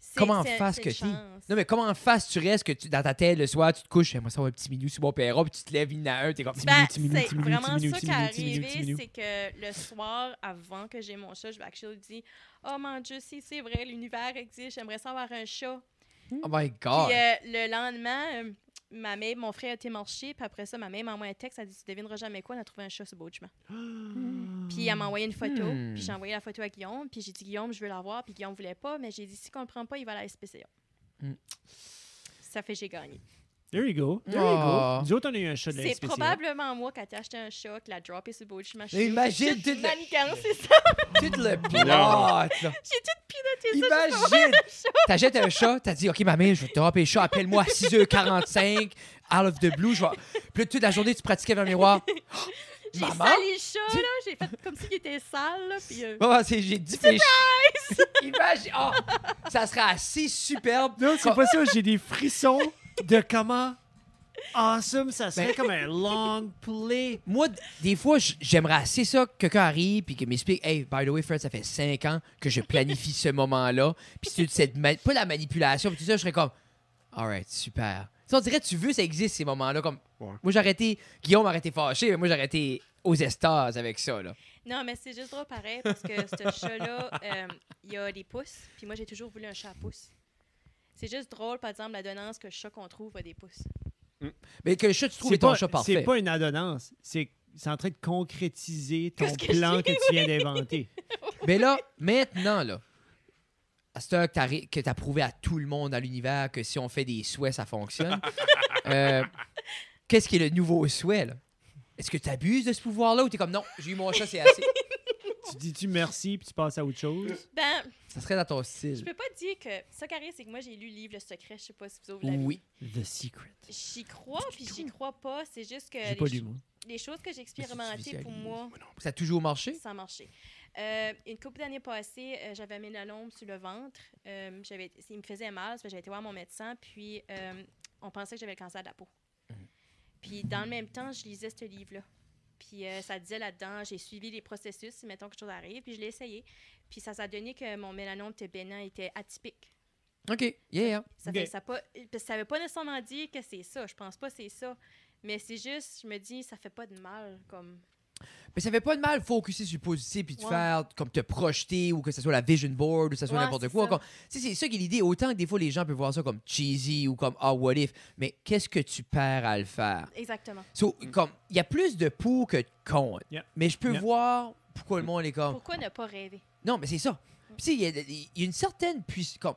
c'est- Comment c'est- face c'est que une t'es? chance. Non, mais comment en face tu restes que tu, dans ta tête le soir, tu te couches, moi ça va un petit minou sur mon perron, puis tu te lèves une à un, t'es comme. Ben, Petit c'est minou, petit minou, petit vraiment minou, ça petit qui est minou, petit minou, petit arrivé, minou. c'est que le soir, avant que j'ai mon chat, je me actually dit Oh mon Dieu, si c'est vrai, l'univers existe, j'aimerais ça avoir un chat. Oh my Ah, Puis god. euh, le lendemain, euh, ma mère, mon frère a été marché, puis après ça, ma mère m'a envoyé un texte, elle a dit Tu devineras jamais quoi, on a trouvé un chat sur le beau chemin. Puis elle m'a envoyé une photo, Hmm. puis j'ai envoyé la photo à Guillaume, puis j'ai dit Guillaume, je veux l'avoir, puis Guillaume voulait pas, mais j'ai dit si on le prend pas, il va à la SPCA. Hmm. Ça fait j'ai gagné. There you go. There Oh. you go. Nous autres, on a eu un chat de la C'est SPCA. probablement moi qui a acheté un chat, qui l'a droppé sur le bout de chemin. Imagine J'ai tout tout le- mannequin, c'est ça. Tout *laughs* le pilote, là. J'ai tout pinoté ça. Imagine! T'achètes un chat, t'as dit, OK, mamie, je vais te dropper le chat, appelle-moi à 6h45, out of the blue, je vais. Puis là, toute la journée, tu pratiquais devant le miroir. *laughs* J'ai Bah Maman? sali le chat, là. J'ai fait comme s'il était sale, là, puis... *laughs* euh, Oh, c'est, j'ai dit, fait *laughs* Imagine! Oh, ça serait assez superbe. Non, c'est Comme- *laughs* pas ça. J'ai des frissons de comment awesome ça Ben serait comme un long play. Moi, d- des fois, j- j'aimerais assez ça que quelqu'un arrive puis qu'il m'explique Hey, by the way, Fred, ça fait 5 ans que je planifie ce moment-là. Puis toute cette. ma- pas la manipulation, puis tout ça, je serais comme Alright, super. Tu sais, on dirait, tu veux, ça existe ces moments-là. Comme, Ouais. Moi, j'ai arrêté. Guillaume a arrêté fâché, mais moi, j'ai arrêté aux estars avec ça. Là. Non, mais c'est juste drôle pareil, parce que ce *laughs* chat-là, euh, il a des pouces, puis moi, j'ai toujours voulu un chat à pouces. C'est juste drôle, par exemple, la donnance que le chat qu'on trouve a des pouces. Mais que le chat, tu trouves, C'est est ton pas- chat parfait. C'est pas une adonnance. C'est c'est en train de concrétiser ton Qu'est-ce que plan que tu viens d'inventer. Mais là, maintenant, là, à cette heure que t'as ré- que t'as prouvé à tout le monde dans l'univers que si on fait des souhaits, ça fonctionne, euh, qu'est-ce qui est le nouveau souhait, là? Est-ce que tu abuses de ce pouvoir-là ou t'es comme non, j'ai eu mon chat, c'est assez? tu dis-tu merci puis tu passes à autre chose? Ben, Ça serait dans ton je style. peux pas dire que... Ça qui arrive, c'est que moi, j'ai lu le livre Le Secret, je sais pas si vous autres l'avez. Oui. The Secret. J'y crois, puis j'y crois pas. C'est juste que J'ai Euh, les, pas lu, ch- moi. les choses que j'ai tu expérimentées pour visualises. moi, Ça a toujours marché? Ça a marché. Euh, une couple d'années passées, euh, j'avais un mélanome sur le ventre. Euh, j'avais, été- il me faisait mal, ça fait que j'avais été voir mon médecin, puis euh, on pensait que j'avais le cancer de la peau. Puis dans le même temps, je lisais ce livre-là. Puis euh, ça disait là-dedans, j'ai suivi les processus, si mettons quelque chose arrive, puis je l'ai essayé. Puis ça s'est donné que mon mélanome bénin était atypique. OK, yeah. Ça Ok. fait- ça pas, parce que ça veut pas nécessairement dire que c'est ça. Je pense pas que c'est ça. Mais c'est juste, je me dis, ça fait pas de mal. comme Mais ça fait pas de mal de focuser sur le positif puis de Ouais. faire comme te projeter ou que ce soit la vision board ou que ce soit Ouais, n'importe c'est quoi. ça. Comme- Tu sais, c'est ça qui est l'idée. Autant que des fois, les gens peuvent voir ça comme cheesy ou comme ah, what if. Mais qu'est-ce que tu perds à le faire? Exactement. So, comme, il y a plus de pour que de contre. Mm. Yeah. Mais je peux Yeah. Mm. voir pourquoi le monde est comme. Pourquoi ne pas rêver? Non, mais c'est ça. Puis, tu sais, il y, a- il y a une certaine puissance. Comme...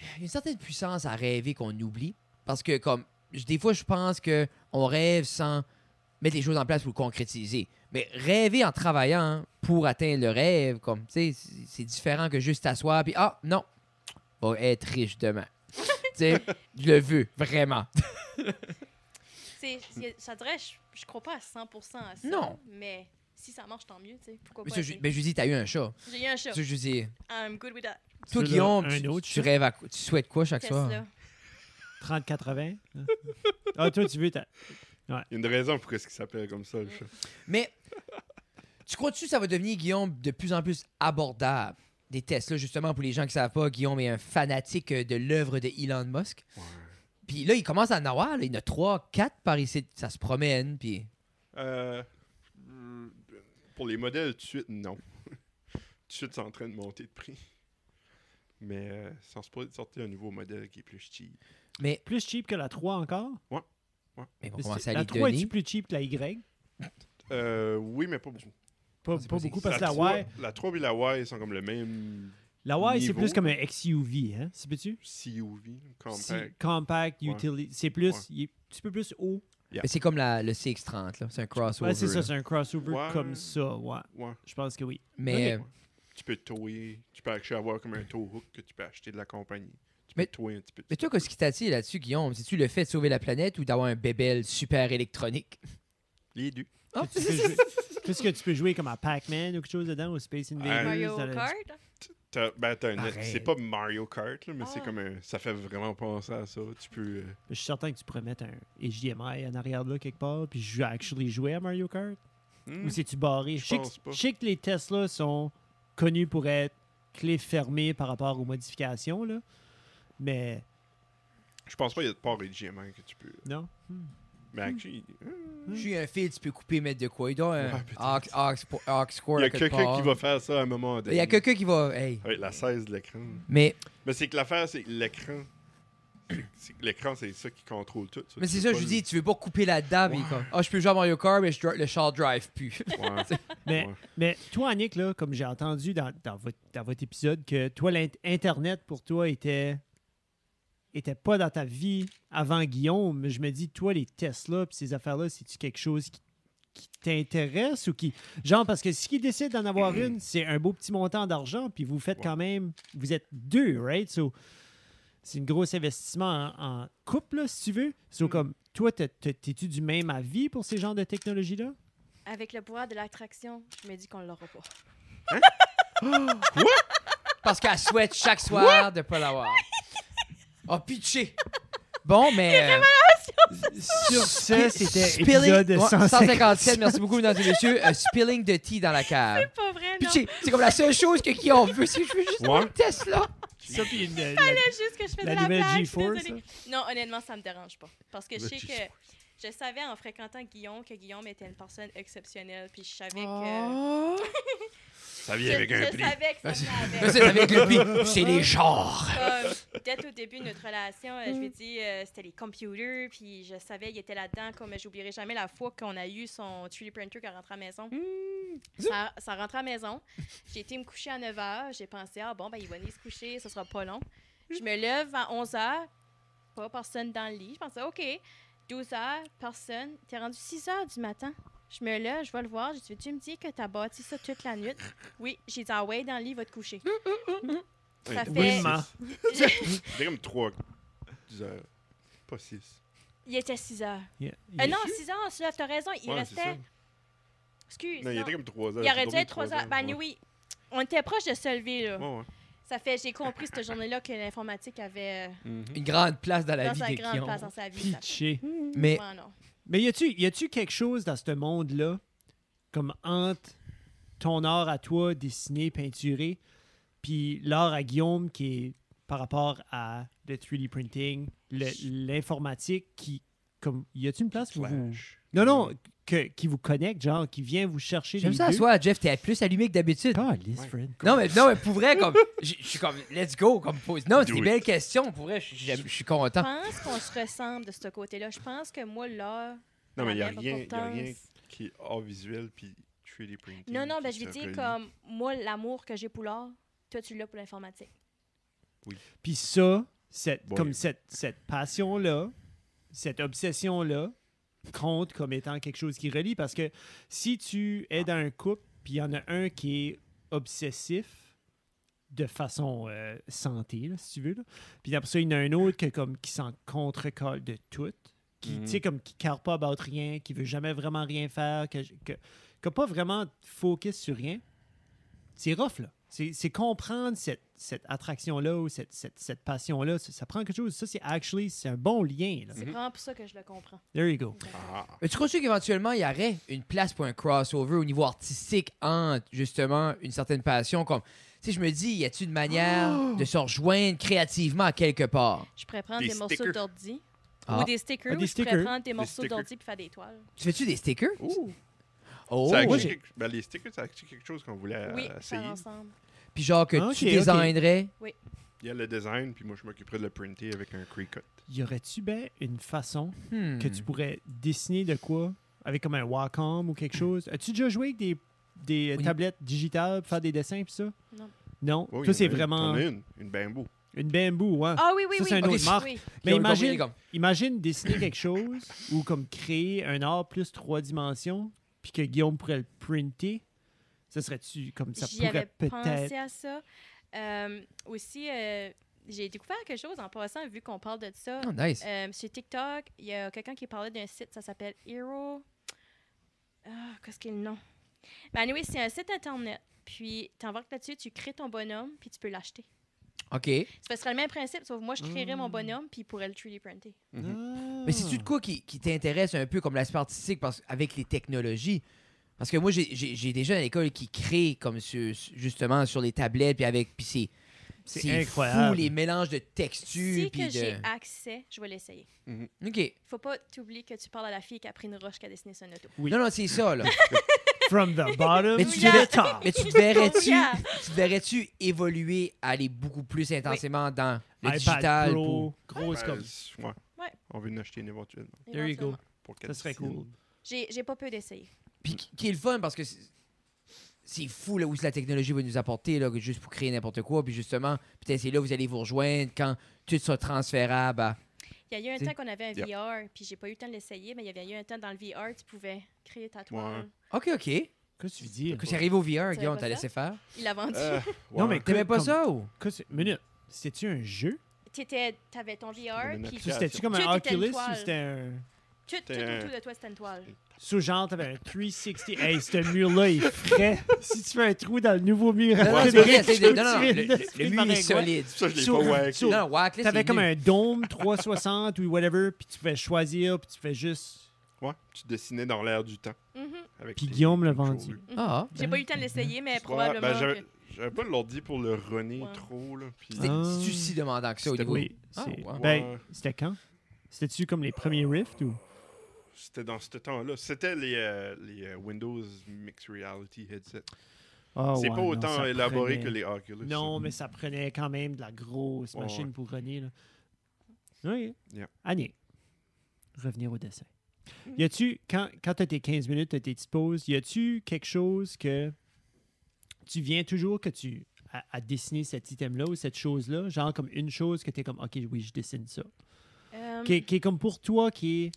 Il y a une certaine puissance à rêver qu'on oublie. Parce que, comme, je- des fois, je pense que on rêve sans mettre les choses en place pour le concrétiser. Mais rêver en travaillant pour atteindre le rêve, comme, tu sais, c'est- c'est différent que juste t'asseoir puis ah, non, va être riche demain. *laughs* tu sais, je le veux, vraiment. Tu sais, y a- Ça dirait, je, je crois pas à 100% à ça. Non. Mais si ça marche, tant mieux. tu sais. Pourquoi Mais pas? ça, je, essayer? mais je lui dis, t'as eu un chat. J'ai eu un chat. Ça, je lui dis, I'm good with that. toi, Celui-là, Guillaume, un tu, autre tu chat. rêves à quoi- tu souhaites quoi chaque soir? Tesla. 30-80. hein. ah, toi, tu veux. ta- Il y a une raison pour ce qu'il s'appelle comme ça, le chat. Mais tu crois-tu que ça va devenir, Guillaume, de plus en plus abordable? Des Tesla, justement, pour les gens qui savent pas, Guillaume est un fanatique euh, de l'œuvre de Elon Musk. Puis là, il commence à en avoir. là. Il y en a 3, 4 par ici. Ça se promène. Puis... Euh, euh, pour les modèles, tout de suite, non. *laughs* tout de suite, c'est en train de monter de prix. Mais euh, sans se poser de sortir un nouveau modèle qui est plus cheap. Mais, Plus cheap que la 3 encore. mais on Mais commence c'est- à la lui 3 donner. est plus cheap que la Y? Euh, oui, mais pas beaucoup. Pas, c'est pas pas- beaucoup parce que la, la Y, 3, la 3 et la Y sont comme le même la Y c'est niveau. plus comme un XUV, hein? C'est peux-tu? CUV, Si- compact. compact Ouais. utility. C'est plus, Ouais. il est un petit peu plus haut. Mais c'est comme la- le CX-30. là. C'est un crossover. Ouais, c'est ça, là. c'est un crossover Ouais. comme ça. Ouais, Ouais. je pense que oui. Mais Ok. euh, Tu peux tower. Tu peux actually avoir comme un tow hook que tu peux acheter de la compagnie. Tu Mais- peux tower un petit peu. mais toi, qu'est-ce qui t'attire là-dessus, Guillaume? C'est-tu le fait de sauver la planète ou d'avoir un bébel super électronique? Les deux. *laughs* Ah, Tu peux jouer- Qu'est-ce que tu peux jouer comme à Pac-Man ou quelque chose dedans ou Space Invaders? Euh, Mario dans le- Kart. T'as- ben, t'as un- Pareil. c'est pas Mario Kart, là, mais c'est Ah. comme un. Ça fait vraiment penser à ça. Tu peux. euh, Je suis certain que tu pourrais mettre un HDMI en arrière de là quelque part puis jouer actually jouer à Mario Kart. hmm. Ou c'est-tu barré? Je sais que- pense pas. Je sais que les Tesla sont connus pour être clés fermées par rapport aux modifications, là. Mais Je pense pas qu'il y a de port HDMI que tu peux. non. Mais Hmm. actually, Je suis un fil, tu peux couper, mettre de quoi? Il doit un Ouais, peut-être. aux- aux- aux cord il y à a quelque quelqu'un qui part. va faire ça à un moment Il donné. y a quelqu'un qui va. Hey. Avec la 16 de l'écran. Mais Mais c'est que l'affaire, c'est que l'écran. c'est- c'est que L'écran, c'est ça qui contrôle tout. Mais Tu c'est peux ça, je pas lui dis, le- tu veux pas couper là-dedans, puis Ouais. comme, ah, je peux jouer à Mario Kart, mais je dri- le char drive plus. *laughs* Ouais. Mais, Ouais. mais toi, Nick, là, comme j'ai entendu dans, dans votre, dans votre épisode, que toi, l'Internet pour toi était était pas dans ta vie avant Guillaume. Je me dis, toi, les Tesla puis ces affaires-là, c'est-tu quelque chose qui, qui t'intéresse ou qui. Genre, parce que si qui décide d'en avoir une, c'est un beau petit montant d'argent, puis vous faites Ouais. quand même. Vous êtes deux, right? So, c'est un gros investissement en, en couple, là, si tu veux. So, comme, toi, t'es- t'es- t'es-tu du même avis pour ces genres de technologies-là? Avec le pouvoir de l'attraction, je me dis qu'on l'aura pas. Parce qu'elle souhaite chaque soir de pas l'avoir. Oh, pitché! Bon, mais. euh, Sur ce, c'était spilling- épisode Ouais, 157. 157, merci beaucoup, mesdames et messieurs. Euh, spilling de tea dans la cave. *laughs* Pas vrai, non. Pitché, c'est comme la seule chose que qui on veut, c'est je veux juste Ouais. avoir une Tesla. Ça, puis une- la- C'est juste que je fais la de la nouvelle blague, je suis G4, désolée. Non, honnêtement, ça me dérange pas. Parce que je Le sais G4. que je savais en fréquentant Guillaume que Guillaume était une personne exceptionnelle, puis je savais que. Oh. Ça Je, vient avec un je prix. savais que ça venait Ça, avec. C'est avec le pi- c'est les chars. Comme, Dès au début de notre relation, euh, je lui ai dit euh, c'était les computers, puis je savais il était là-dedans. Comme euh, j'oublierai jamais la fois qu'on a eu son 3D printer qui est rentré à la maison. Ça, ça rentre à la maison. J'ai été me coucher à 9 h. J'ai pensé, ah bon, ben, il va aller se coucher, ça sera pas long. Je me lève à 11 h. Pas personne dans le lit. Je pensais, OK. 12 h, personne. T'es rendu 6 h du matin. Je me lève, je vais le voir. Je dis, tu me dis que t'as bâti ça toute la nuit? Oui, j'ai dit, ah ouais, dans le lit, va te coucher. Ça Ouais, fait- Oui, ma. C'est comme 3 heures. Pas 6. Il était 6 h. Yeah. Euh, non, 6 h, on se lève, t'as raison. Il Ouais, c'est ça. restait. Excuse. Non, il non. était comme 3 heures. Il j'ai aurait dû dormi être 3 h. ouais. Ben oui. On était proche de se lever, là. Ouais, ouais. Ça fait, j'ai compris cette journée-là que l'informatique avait. euh, Mhm. Mm-hmm. Une grande place dans la dans vie sa des grande Guillaume. place dans sa vie. ça. Pitché. Mais Ouais, non. Mais y a-tu, y a-tu quelque chose dans ce monde-là, comme entre ton art à toi, dessiné, peinturé, puis l'art à Guillaume qui est par rapport à le 3D printing, le- l'informatique, qui, comme, y a-tu une place où vous... Clash. Non, non, que, qui vous connecte, genre, qui vient vous chercher J'aime les ça à deux. soi, Jeff, t'es plus allumé que d'habitude. Calisse, Ouais. Fred. Non mais, non, mais pour vrai, comme. *laughs* Je je suis comme, let's go, comme pose. Non, c'est Do des it. belles questions, pour vrai, je j'aime- je suis Je content. pense qu'on se ressemble de ce côté-là. Je pense que moi, là. Non, mais il n'y a la rien, y a importance- rien qui est hors visuel puis 3D printing. Non, non, ben, qui je veux se dire, relie. comme moi, l'amour que j'ai pour l'art, toi, tu l'as pour l'informatique. Puis ça, cette, Boy. comme cette, cette passion-là, cette obsession-là, compte comme étant quelque chose qui relie. Parce que si tu es dans un couple, puis il y en a un qui est obsessif, de façon euh, santé, là, si tu veux, là. puis après ça, il y en a un autre que, comme, qui s'en contre-colle de tout, qui, Mhm. tu sais, comme, qui care pas about rien, qui veut jamais vraiment rien faire, que, que, qui a pas vraiment de focus sur rien. C'est rough, là. C'est c'est comprendre cette, cette attraction-là ou cette, cette, cette passion-là. Ça, ça prend quelque chose. Ça, c'est actually, c'est un bon lien. Là. C'est Mhm. vraiment pour ça que je le comprends. There you go. Ah, Mais tu crois qu'éventuellement, il y aurait une place pour un crossover au niveau artistique entre, justement, une certaine passion? Comme, tu sais, je me dis, y a-t-il une manière Oh! de se rejoindre créativement à quelque part? Je pourrais prendre Des des, morceaux stickers. d'ordi. Ah. Ou des stickers, Ah, des ou je pourrais stickers. prendre des morceaux stickers. d'ordi puis faire des toiles. Tu fais-tu des stickers? Ouh. Oh! Ça a moi, acheté j'ai- quelque- ben, les stickers, ça a acheté quelque chose qu'on voulait oui, euh, faire essayer. ensemble. Puis genre que Ah, tu ok, ok. designerais. Il y a le design, puis moi, je m'occuperais de le printer avec un Cricut. Y aurait-tu ben une façon Hmm. que tu pourrais dessiner de quoi avec comme un Wacom ou quelque chose? As-tu déjà joué avec des, des Oui. tablettes digitales pour faire des dessins pis ça? Non. Non? Oh, il y en Toi, c'est a une. vraiment T'en as une, une bambou. une bambou, hein? Ah oui, oui, Ça, oui. c'est un oui, autre marque. oui. Puis Mais on est imagine- compris, comme- Imagine dessiner quelque chose ou comme créer un art plus trois dimensions puis que Guillaume pourrait le printer. Ça serait-tu comme ça J'y pourrait avais peut-être... pensé à ça. Euh, aussi, euh, j'ai découvert quelque chose en passant, vu qu'on parle de Ah, ça. Oh, nice. Euh, sur TikTok, il y a quelqu'un qui parlait d'un site, ça s'appelle Hero. Ah, qu'est-ce qu'il est le nom? Ben, anyway, c'est un site internet. Puis, t'embarques là-dessus, tu crées ton bonhomme, puis tu peux l'acheter. Eh. OK. Ce serait le même principe, sauf moi, je créerais mon Mm. bonhomme, puis il pourrait le 3D printer. Mm-hmm. Mais c'est-tu de quoi qui, qui t'intéresse un peu comme l'aspect artistique parce, avec les technologies? Parce que moi, j'ai- j'ai j'ai des jeunes à l'école qui créent comme sur- justement sur les tablettes, puis avec. Puis c'est. C'est c'est incroyable. fou les mélanges de Si textures, que puis j'ai de. accès, je vais l'essayer. OK. Faut pas t'oublier que tu parles à la fille qui a pris une roche qui a dessiné son auto. Oui. Non, non, c'est ça, *laughs* là. From the bottom Mais mais tu tu devais- the top. Mais tu te *laughs* verrais-tu. Yeah. Tu te verrais-tu évoluer, aller beaucoup plus intensément dans le digital? pour- Pro, grosse Oh, comme... Ben, ouais. Ouais. On veut en acheter une éventuellement. There you go. éventuellement. Pour Ça serait cool. J'ai j'ai pas peur d'essayer. Puis qui- qui est le fun parce que c'est- c'est fou là, où la technologie va nous apporter, là, que juste pour créer n'importe quoi. Puis justement, peut-être c'est là où vous allez vous rejoindre quand tout sera transférable. à- Il y a eu un C'est- temps qu'on avait un Yep. VR, puis j'ai pas eu le temps de l'essayer, mais il y avait eu un temps dans le VR, tu pouvais créer ta toile. OK, OK. Qu'est-ce que tu veux dire? Que c'est arrivé au VR, Tu Guillaume, savais t'as pas laissé faire. Il l'a vendu. Euh. Non, mais T'aimais Comme- pas comme- ça ou? Qu'est-ce que- Minute, c'était-tu un jeu? T'étais, t'avais ton VR, Comme une puis Ou application. tout, C'était-tu comme un Tout était une Oculus ou toile. c'était un... tout T'es- autour de toi, c'était une toile. Sous genre, t'avais un 360. Hey, ce mur-là, il est frais. *laughs* si tu fais un trou dans le nouveau mur... *laughs* Non, non, après, c'est tu vrai, risques c'est- de non, non, tirer le, une le- le espèce mur est maringouette. solide. Ça, je l'ai Sur- pas wack. sur- Non, Wack, là, T'avais c'est comme nul. un dôme 360 ou whatever, puis tu pouvais choisir, puis tu fais juste... Ouais, tu dessinais dans l'air du temps. Mhm. Avec Puis tes- Guillaume l'a tes vendu. shoulders. Ah, J'ai pas eu le temps de l'essayer, Mm-hmm. mais Ouais, Eh, probablement. ben, j'avais- que- J'avais pas l'ordi pour le runner Ouais. trop, là. Puis... C'était- Ah. C'est-tu si demandant que ça au C'était- niveau? Oui, Ah, c'est- ouais. Ben, c'était quand? C'était-tu comme les premiers Rift ou... C'était dans ce temps-là. C'était les, euh, les euh, Windows Mixed Reality headset. Ah, c'est ouais, pas non, autant ça élaboré prenait- que les Oculus. Non, mais ça prenait quand même de la grosse Ouais, machine ouais. pour runner. Là. Oui. Yeah. Annie, revenir au dessin. Y a-tu, quand, quand t'as tes 15 minutes, t'as tes petites pauses, y a-tu quelque chose que tu viens toujours que tu à, à dessiner cet item-là ou cette chose-là, genre comme une chose que t'es comme, OK, oui, je dessine ça. Euh, Qui est, qui est comme pour toi, qui est,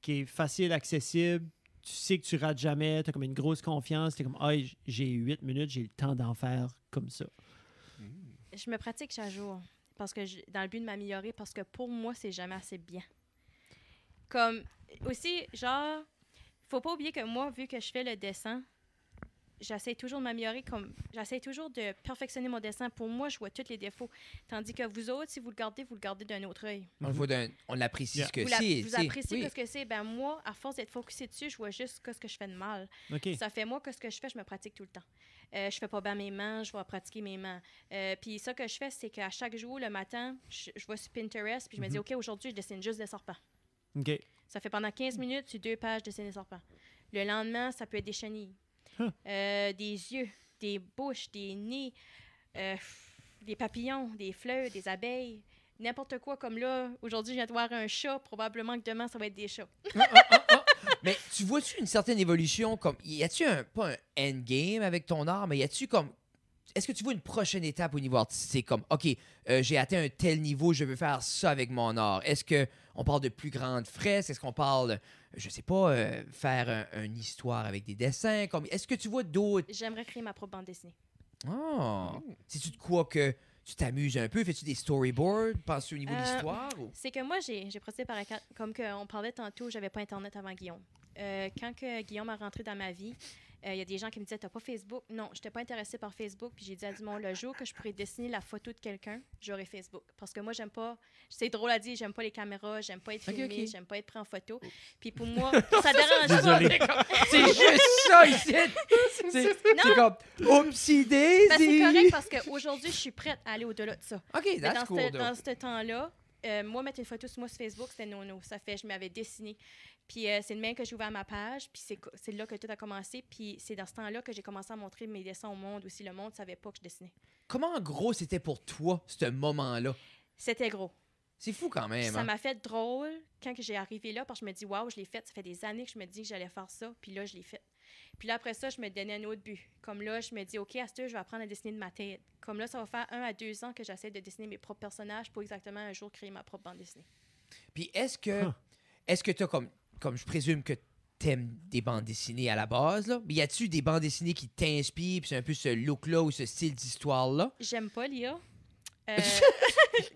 qui est facile, accessible, tu sais que tu rates jamais, t'as comme une grosse confiance, t'es comme, ah, j'ai 8 minutes, j'ai le temps d'en faire comme ça. Je me pratique chaque jour parce que je- dans le but de m'améliorer parce que pour moi c'est jamais assez bien. Comme aussi genre faut pas oublier que moi vu que je fais le dessin, j'essaie toujours de m'améliorer, comme j'essaie toujours de perfectionner mon dessin. Pour moi, je vois tous les défauts. Tandis que vous autres, si vous le gardez, vous le gardez d'un autre œil. On, le voit d'un- on apprécie Yeah. ce que vous, la- c'est. vous tu sais. appréciez Oui. ce que c'est. Ben moi, à force d'être focusé dessus, je vois juste ce que je fais de mal. OK. Ça fait moi que ce que je fais, je me pratique tout le temps. Euh, je fais pas bien mes mains, je vais pratiquer mes mains. Euh, puis ça que je fais, c'est qu'à chaque jour, le matin, je, je vais sur Pinterest, puis je me dis, Mhm. OK, aujourd'hui, je dessine juste des serpents. OK. Ça fait pendant 15 minutes, sur deux pages, dessiner des serpents. Le lendemain, ça peut être des chenilles, Huh. euh, des yeux, des bouches, des nez, euh, pff, des papillons, des fleurs, des abeilles, n'importe quoi comme là. Aujourd'hui, je viens de voir un chat. Probablement que demain, ça va être des chats. Mais tu vois-tu une certaine évolution comme y a-tu un pas un endgame avec ton art, mais y a-tu comme est-ce que tu vois une prochaine étape au niveau artistique comme OK, euh, j'ai atteint un tel niveau, je veux faire ça avec mon art. Est-ce que on parle de plus grandes fresques, est-ce qu'on parle je sais pas euh, faire un- une histoire avec des dessins comme est-ce que tu vois d'autres J'aimerais créer ma propre bande dessinée. Oh, c'est-tu de quoi que tu t'amuses un peu, fais-tu des storyboards, penses au niveau de Euh, l'histoire ou- C'est que moi, j'ai j'ai procédé par la carte. Comme que on parlait tantôt, j'avais pas Internet avant Guillaume. Euh, quand que Guillaume a rentré dans ma vie, euh, il y a des gens qui me disaient T'as pas Facebook Non, je n'étais pas intéressée par Facebook. Puis j'ai dit à du monde Le jour que je pourrais dessiner la photo de quelqu'un, j'aurai Facebook. Parce que moi, j'aime pas. C'est drôle à dire, j'aime pas les caméras, j'aime pas être Ok, filmée, ok. Oh. j'aime pas être pris en photo. Puis pour *laughs* moi, ça dérange pas. *laughs* Désolé. C'est juste ça ici. *laughs* C'est c'est comme oopsie daisy. Ben, c'est correct parce qu'aujourd'hui, je suis prête à aller au-delà de ça. OK, Mais that's dans, cool. ce, though. dans ce temps-là, euh, moi, mettre une photo sur moi sur Facebook, c'était non-non. Ça fait, je m'avais dessiné. Puis euh, c'est le même que j'ai ouvert ma page, puis c'est co- c'est là que tout a commencé. Puis c'est dans ce temps-là que j'ai commencé à montrer mes dessins au monde aussi. Le monde ne savait pas que je dessinais. Comment en gros c'était pour toi ce moment-là C'était gros. C'est fou quand Puis même. ça hein? m'a fait drôle quand que j'ai arrivé là, parce que je me dis, waouh, je l'ai fait. Ça fait des années que je me dis que j'allais faire ça, puis là, je l'ai fait. Puis là, après ça, je me donnais un autre but. Comme là, je me dis, OK, à ce je vais apprendre à dessiner de ma tête. Comme là, ça va faire un à deux ans que j'essaie de dessiner mes propres personnages pour exactement un jour créer ma propre bande dessinée. Puis est-ce que Huh. est-ce que t'as comme comme je présume que t'aimes des bandes dessinées à la base là, mais y a-tu des bandes dessinées qui t'inspirent, puis c'est un peu ce look là ou ce style d'histoire *laughs* là J'aime pas l'IA. *laughs* Euh, *laughs*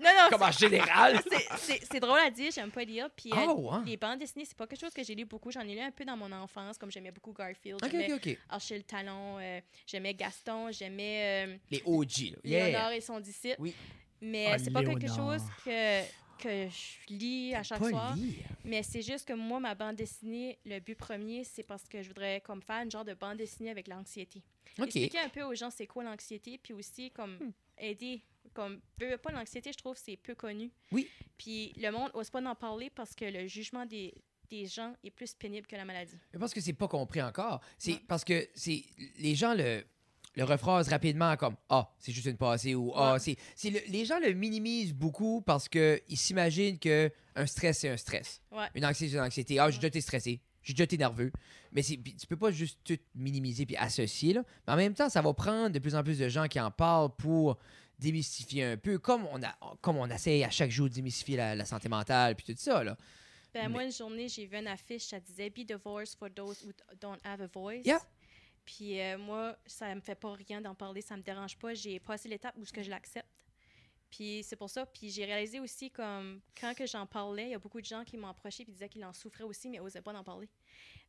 non, non, Comme en général. *laughs* c'est- c'est- c'est c'est drôle à dire, j'aime pas l'IA. Puis euh, Oh, hein. les bandes dessinées, c'est pas quelque chose que j'ai lu beaucoup. J'en ai lu un peu dans mon enfance, comme j'aimais beaucoup Garfield, OK, j'aimais OK, OK. Archie le Talon, euh, j'aimais Gaston, j'aimais euh, Les OG là. Yeah. Léonard et son disciple. Oui. Mais euh, Ah, c'est pas quelque Léonard. chose que, que je lis à chaque Pas soir. lire. Mais c'est juste que moi, ma bande dessinée, le but premier, c'est parce que je voudrais comme faire une genre de bande dessinée avec l'anxiété. OK. Hmm. Expliquer un peu aux gens c'est quoi l'anxiété, puis aussi comme aider. Comme, veux, veux pas l'anxiété, je trouve, c'est peu connu. Oui. Puis le monde n'ose pas en parler parce que le jugement des, des gens est plus pénible que la maladie. Je pense que c'est pas compris encore. C'est Ouais. parce que c'est les gens le le rephrasent rapidement comme ah c'est juste une passée ou ah Ouais. c'est c'est le- les gens le minimisent beaucoup parce que ils s'imaginent que un stress c'est un stress. Ouais. Une anxiété c'est une anxiété. Ah j'ai Ouais. déjà été stressé. J'ai déjà été nerveux. Mais c'est puis tu peux pas juste tout minimiser puis associer là. Mais en même temps ça va prendre de plus en plus de gens qui en parlent pour démystifier un peu comme on a comme on essaye à chaque jour de démystifier la, la santé mentale puis tout ça là. Ben, Mais- Moi, une journée, j'ai vu une affiche, ça disait Be the voice for those who don't have a voice. Yeah. Puis euh, moi, ça me fait pas rien d'en parler, ça me dérange pas. J'ai passé l'étape où ce que je l'accepte. Puis c'est pour ça. Puis j'ai réalisé aussi, comme quand que j'en parlais, il y a beaucoup de gens qui m'ont approché et disaient qu'ils en souffraient aussi, mais n'osaient pas en parler.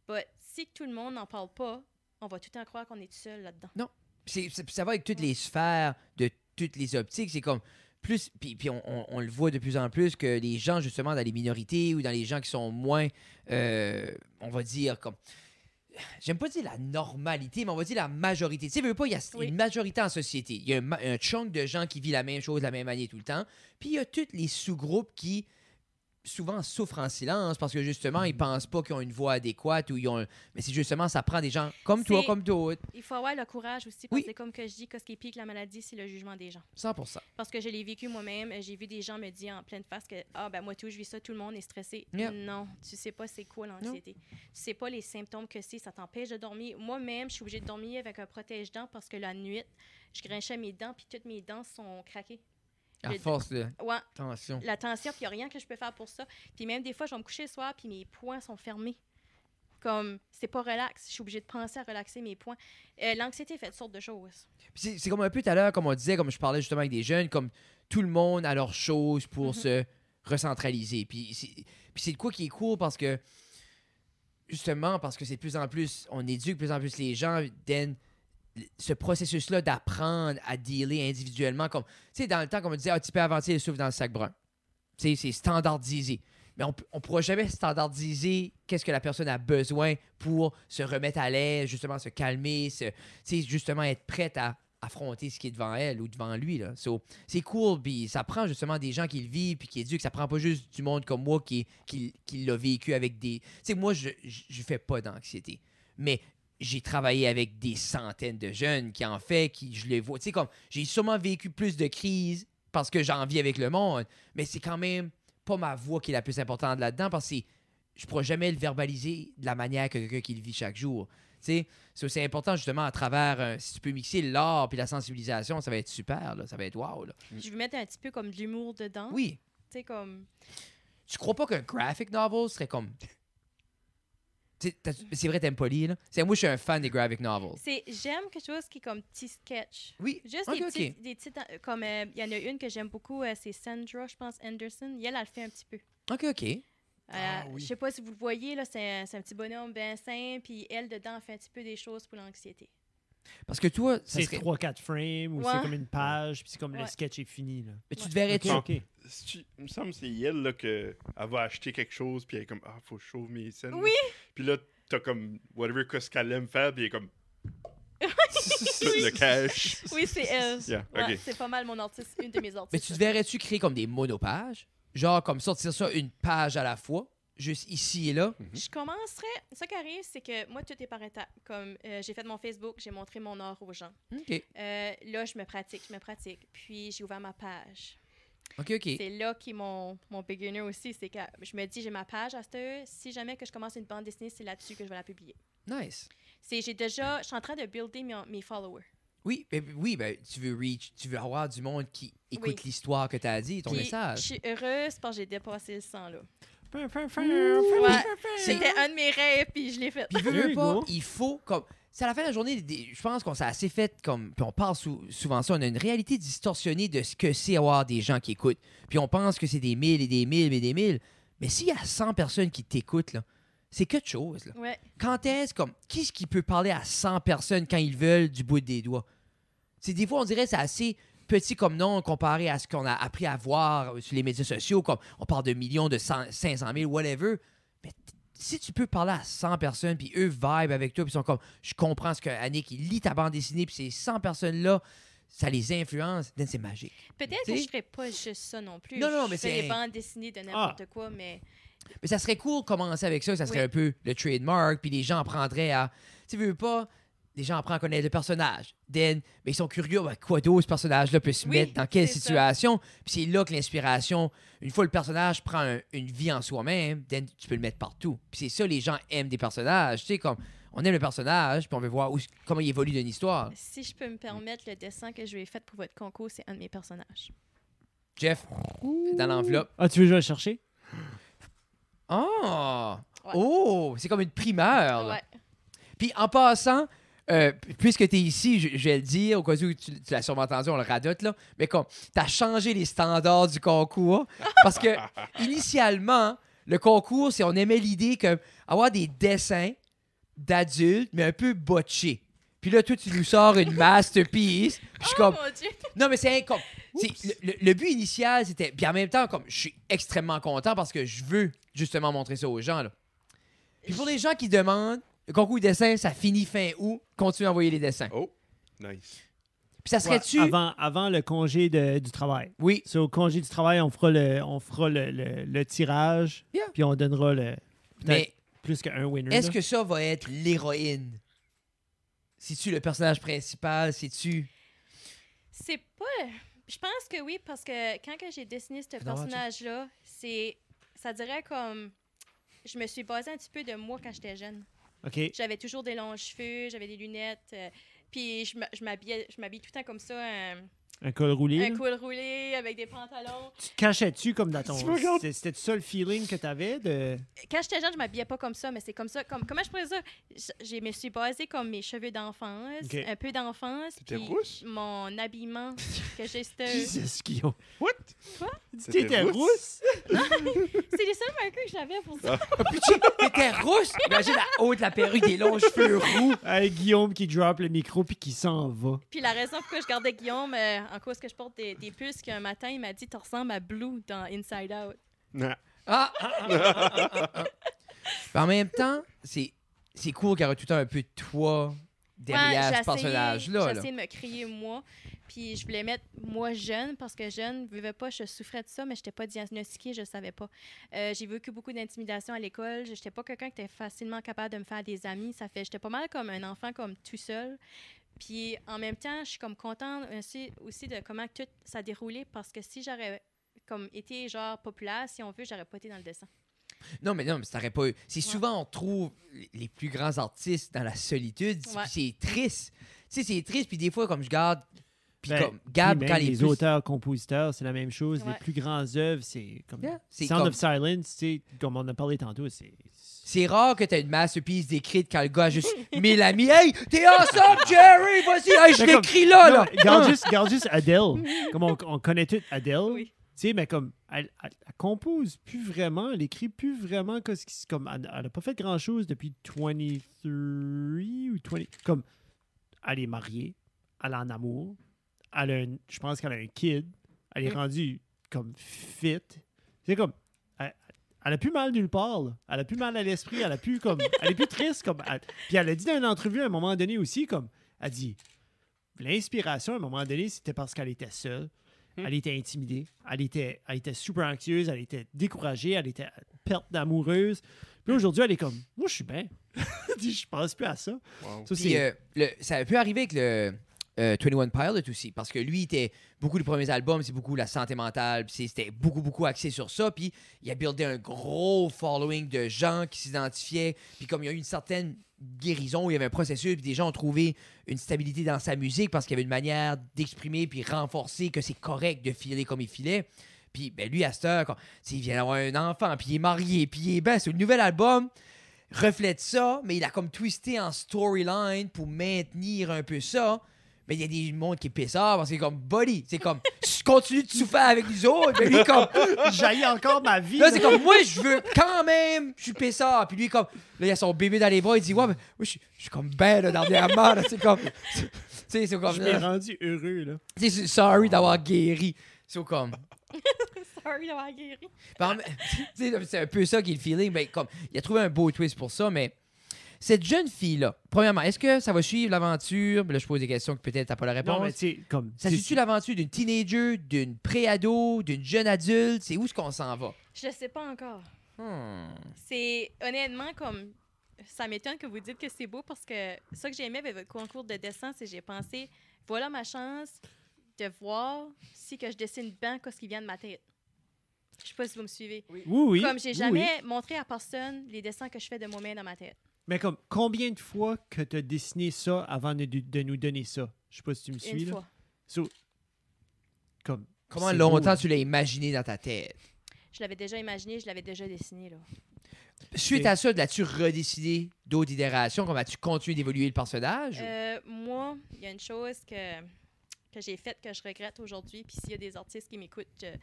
But si tout le monde n'en parle pas, on va tout le temps croire qu'on est tout seul là-dedans. Puis c'est- c'est- puis ça va avec toutes les sphères de toutes les optiques. C'est comme plus. Puis, puis on, on- on le voit de plus en plus que les gens, justement, dans les minorités ou dans les gens qui sont moins, euh, on va dire, comme. J'aime pas dire la normalité, mais on va dire la majorité. Tu sais, veux pas, il y a s- Oui. une majorité en société. Il y a un, ma- un chunk de gens qui vit la même chose la même année tout le temps. Puis il y a tous les sous-groupes qui souvent souffrent en silence parce que justement, Mm. ils pensent pas qu'ils ont une voix adéquate ou ils ont. un- Mais c'est justement, ça prend des gens comme toi, C'est- comme d'autres. Il faut avoir le courage aussi, parce Oui. que comme que je dis, que ce qui pique la maladie, c'est le jugement des gens. 100%. Parce que je l'ai vécu moi-même. euh, J'ai vu des gens me dire en pleine face que Ah, ben moi, tout, je vis ça, tout le monde est stressé. Yeah. Non, tu sais pas c'est quoi l'anxiété. Tu sais pas les symptômes que c'est, ça t'empêche de dormir. Moi-même, je suis obligée de dormir avec un protège-dents parce que la nuit, je grinchais mes dents, puis toutes mes dents sont craquées. À Le- force de. Ouais, Attention. la tension, puis il a rien que je peux faire pour ça. Puis même des fois, je vais me coucher le soir, puis mes poings sont fermés. Comme, c'est pas relax. Je suis obligée de penser à relaxer mes poings. Euh, L'anxiété fait toutes sortes de choses. Puis C'est c'est comme un peu tout à l'heure, comme on disait, comme je parlais justement avec des jeunes, comme tout le monde a leur chose pour Mhm. se recentraliser. Puis c'est puis c'est de quoi qui est cool parce que, justement, parce que c'est de plus en plus, on éduque de plus en plus les gens, then ce processus-là d'apprendre à dealer individuellement. Comme, tu sais, dans le temps, comme on disait, ah, tu peux avancer le souffle dans le sac brun. Tu sais, c'est standardisé. Mais on ne pourra jamais standardiser qu'est-ce que la personne a besoin pour se remettre à l'aise, justement se calmer, se, tu sais, justement être prête à affronter ce qui est devant elle ou devant lui. Là. So, c'est cool, puis ça prend justement des gens qui le vivent, puis qui éduquent. Ça prend pas juste du monde comme moi qui, qui, qui l'a vécu avec des... Tu sais, moi, je ne fais pas d'anxiété. Mais j'ai travaillé avec des centaines de jeunes qui en fait, qui je les vois. Tu sais, comme j'ai sûrement vécu plus de crises parce que j'en vis avec le monde, mais c'est quand même pas ma voix qui est la plus importante là-dedans parce que c'est- je pourrais jamais le verbaliser de la manière que quelqu'un qui le vit chaque jour. Tu sais, So, c'est important justement à travers, euh, si tu peux mixer l'art puis la sensibilisation, ça va être super, là, ça va être wow. Là. Je vais mettre un petit peu comme de l'humour dedans. Oui, Tu sais, comme. tu crois pas qu'un graphic novel serait comme. Tu sais, t'as- C'est vrai, t'aimes pas lire. là. C'est- Moi, je suis un fan des graphic novels. C'est, j'aime quelque chose qui est comme petit sketch. Oui, Juste ok, des, ok. petits, des petites. euh, Comme euh, il y en a une que j'aime beaucoup, euh, c'est Sandra, je pense, Anderson. Et elle, elle le fait un petit peu. Ok, ok. Euh, Ah oui. Je sais pas si vous le voyez, là, c'est un, c'est un petit bonhomme bien sain, puis elle, dedans, fait un petit peu des choses *laughs* pour l'anxiété. Parce que toi, ça C'est serait. 3-4 frames ou c'est Ouais. comme une page, puis c'est comme le Ouais. sketch est fini. Là. Mais tu te Ok, verrais-tu ok. Si- Il me semble que c'est Yel là, que elle va acheter quelque chose, puis elle est comme Ah, faut que je sauve mes scènes. Oui! Puis là, t'as comme whatever que ce qu'elle aime faire, puis elle est *laughs* comme. Tout le cash. Oui, c'est elle. Yeah, Ouais, ok. C'est pas mal mon artiste, une de mes artistes. Mais tu te verrais-tu créer comme des monopages? Genre comme sortir ça une page à la fois, juste ici et là. Je commencerai. Ce qui arrive, c'est que moi, tout est par étapes. Comme euh, j'ai fait mon Facebook, j'ai montré mon art aux gens. OK. Euh, là, je me pratique, je me pratique. Puis j'ai ouvert ma page. OK, OK. C'est là qui mon mon beginner aussi, c'est que je me dis j'ai ma page à cette heure. Si jamais que je commence une bande dessinée, c'est là-dessus que je vais la publier. Nice. C'est j'ai déjà, je suis en train de builder mes, mes followers. Oui, ben, oui, ben, tu veux reach, tu veux avoir du monde qui écoute Oui. l'histoire que tu as dit, ton Puis, Je message. suis heureuse parce que j'ai dépassé le 100 là. Mmh. Ouais. C'est- C'était un de mes rêves puis je l'ai fait. Puis veux, There veux you pas, go. il faut comme c'est à la fin de la journée, des- je pense qu'on s'est assez fait comme puis on parle sou- souvent ça, on a une réalité distorsionnée de ce que c'est avoir des gens qui écoutent. Puis on pense que c'est des mille et des mille et des mille, mais s'il y a 100 personnes qui t'écoutent là, c'est que de choses là. *laughs* Ouais. quand est-ce comme qui ce qui peut parler à 100 personnes quand ils veulent du bout des doigts c'est des fois on dirait que c'est assez petit comme nom comparé à ce qu'on a appris à voir sur les médias sociaux comme on parle de millions de cent- 500 000 whatever mais t- si tu peux parler à 100 personnes puis eux vibe avec toi puis sont comme je comprends ce que Annick il lit ta bande dessinée puis ces 100 personnes là ça les influence then c'est magique Peut-être Tu que sais? je ferais pas juste ça non plus. Non, non, Je mais fais c'est- Ah. des bandes dessinées de n'importe quoi, mais Mais ça serait cool de commencer avec ça, ça serait Oui. un peu le trademark, puis les gens apprendraient à. Tu veux pas, les gens apprennent à connaître le personnage. Then, mais ils sont curieux, ben, quoi d'autre ce personnage-là peut se Oui, mettre, dans quelle c'est ça. situation. Puis c'est là que l'inspiration, une fois le personnage prend un- une vie en soi-même, then tu peux le mettre partout. Puis c'est ça, les gens aiment des personnages. Tu sais, comme on aime le personnage, puis on veut voir où- comment il évolue d'une histoire. Si je peux me permettre, le dessin que je lui ai fait pour votre concours, c'est un de mes personnages. Jeff, dans l'enveloppe. Ah, tu veux que je vais le chercher? Oh! Ouais. Oh! C'est comme une primeur. là. Ouais. Puis en passant, euh, puisque tu es ici, je, je vais le dire, au cas où tu, tu l'as sûrement entendu, on le radote, là, mais comme tu as changé les standards du concours, parce que initialement, le concours, c'est on aimait l'idée que avoir des dessins d'adultes, mais un peu botchés. Puis là, toi, tu nous sors une masterpiece. Puis je suis comme, Oh mon Dieu! non, mais c'est incom- c'est- Le, le- le but initial, c'était. Puis en même temps, comme je suis extrêmement content parce que je veux justement montrer ça aux gens. Là. Puis pour les gens qui demandent, le concours de dessin, ça finit fin août. Continue à envoyer les dessins. Oh, nice. Puis ça serait-tu. Ouais, avant, avant le congé de- du travail. Oui. C'est au congé du travail, on fera le, on fera le, le- le tirage, Yeah. puis on donnera le, peut-être Mais plus qu'un winner. est-ce là. que ça va être l'héroïne? C'est-tu le personnage principal? C'est-tu. C'est pas. Je pense que oui, parce que quand que j'ai dessiné ce Faudra voir, tu- personnage-là, c'est. Ça dirait comme. Je me suis basée un petit peu de moi quand j'étais jeune. OK. J'avais toujours des longs cheveux, j'avais des lunettes. euh, puis je m'a- je m'habillais- je m'habille tout le temps comme ça, un, Un col roulé. un là. col roulé avec des pantalons. Tu te cachais-tu comme dans ton. Tu me regardes. c'est- C'était ça le feeling que t'avais de. Quand j'étais jeune, je m'habillais pas comme ça, mais c'est comme ça. Comme, comment je pourrais dire? Je, je me suis basée comme mes cheveux d'enfance, Ok. un peu d'enfance. T'étais puis rousse? Euh. Mon habillement que j'ai, c'était... Jesus, Guillaume. What? Tu étais rousse? C'est les seuls marqueurs que j'avais pour ça. Oh, *laughs* T'étais rousse! Imagine la haute, la perruque, des longs cheveux roux. Hey, Guillaume qui drop le micro puis qui s'en va. Puis la raison pourquoi je gardais Guillaume, euh, en cause que je porte des, des puces, qu'un matin, il m'a dit Tu ressembles à Blue dans Inside Out. Ah! ah, ah, ah, ah, ah, ah. Mais en même temps, c'est, c'est cool qu'il y aurait tout le temps un peu de toi derrière Ouais, j'ai ce personnage-là. essayé- là. J'ai essayé de me crier moi. Puis je voulais mettre moi jeune parce que jeune, je vivais pas, je souffrais de ça, mais je n'étais pas diagnostiquée, je ne savais pas. Euh, j'ai vécu beaucoup d'intimidation à l'école. Je n'étais pas quelqu'un qui était facilement capable de me faire des amis. Ça fait, j'étais pas mal comme un enfant, comme tout seul. Puis en même temps, je suis comme contente aussi, aussi de comment tout ça a déroulé parce que si j'aurais comme été genre populaire, si on veut, j'aurais pas été dans le dessin. Non, mais non, mais ça aurait pas eu. C'est souvent, on trouve les plus grands artistes dans la solitude, puis Ouais. c'est triste. Tu sais, c'est triste, puis des fois, comme je garde. Puis Ben, comme Gab, Puis quand même les, les plus- auteurs-compositeurs, c'est la même chose. Les Ouais. plus grandes œuvres, c'est comme Yeah, c'est Sound comme- of Silence, tu sais, comme on a parlé tantôt, c'est C'est rare que t'aies une masterpiece décrite quand le gars a juste *laughs* mille amis. Hey, t'es ensemble, Jerry, vas-y, hey, je Mais Ben, comme- l'écris là, Non, là. Garde Hein? juste, garde juste Adele. Comme on, on connaît toutes Adele. Oui. Tu sais, mais comme, elle, elle- elle compose plus vraiment, elle écrit plus vraiment que ce qui. se- Comme, elle n'a pas fait grand-chose depuis 23 ou 20. Comme, elle est mariée, elle est en amour, elle a un- je pense qu'elle a un kid, elle est Mm. rendue comme fit. C'est comme, elle, elle a plus mal nulle part, là. elle a plus mal à l'esprit, elle a plus comme, elle est plus triste. Comme, elle- puis elle a dit dans une entrevue à un moment donné aussi, comme, elle dit, l'inspiration à un moment donné, c'était parce qu'elle était seule. Elle était intimidée. Elle était, elle était super anxieuse. Elle était découragée. Elle était à perte d'amoureuse. Puis aujourd'hui, elle est comme Moi, je suis bien. *laughs* Elle dit, je pense plus à ça. Wow. Ça, Puis, c'est- euh, le- ça a pu arriver avec le euh, 21 Pilot aussi, parce que lui, il était beaucoup les premiers albums, c'est beaucoup la santé mentale, puis c'est- c'était beaucoup, beaucoup axé sur ça. Puis il a buildé un gros following de gens qui s'identifiaient, puis comme il y a eu une certaine guérison, il y avait un processus, puis des gens ont trouvé une stabilité dans sa musique parce qu'il y avait une manière d'exprimer, puis renforcer que c'est correct de filer comme il filait. Puis ben, lui, à cette heure, quand- tu sais, il vient d'avoir un enfant, puis il est marié, puis il est ben, c'est le nouvel album reflète ça, mais il a comme twisté en storyline pour maintenir un peu ça. Mais il y a des monde qui est pissard parce que comme buddy, c'est comme *laughs* je continue de souffrir avec les autres, mais lui comme J'haïs encore ma vie. euh, *laughs* là c'est comme moi je veux quand même, je suis pissard, puis lui comme là il a son bébé dans les bras, il dit ouais mais moi je suis- je suis comme ben là dernièrement là, c'est comme *laughs* tu sais c'est comme Je m'ai rendu heureux. Là. tu sais, sorry d'avoir guéri, c'est comme Sorry d'avoir guéri. Par- *laughs* tu sais, c'est un peu ça qui est le feeling. Ben, comme, il a trouvé un beau twist pour ça, mais cette jeune fille-là, premièrement, est-ce que ça va suivre l'aventure? Ben Là, je pose des questions que peut-être t'as pas la réponse. Non, mais tu sais, comme. ça tu- suit-tu l'aventure d'une teenager, d'une pré-ado, d'une jeune adulte? C'est où est-ce qu'on s'en va? Je sais pas encore. Hmm. C'est honnêtement comme ça m'étonne que vous dites que c'est beau parce que ça que j'ai aimé avec votre concours de dessin, c'est que j'ai pensé voilà ma chance de voir si que je dessine bien ce qui vient de ma tête. Je sais pas si vous me suivez. Oui, oui. Comme j'ai oui, oui. jamais montré à personne les dessins que je fais de moi-même dans ma tête. Mais comme, combien de fois que tu as dessiné ça avant de, de nous donner ça Je sais pas si tu me suis. une là. fois. So, comme, Comment c'est longtemps beau, tu l'as imaginé dans ta tête? Je l'avais déjà imaginé, je l'avais déjà dessiné là. Suite Et- à ça, l'as-tu redécidé d'autres itérations? Comment as-tu continué d'évoluer le personnage? Euh, moi, il y a une chose que, que j'ai faite que je regrette aujourd'hui, puis s'il y a des artistes qui m'écoutent, je-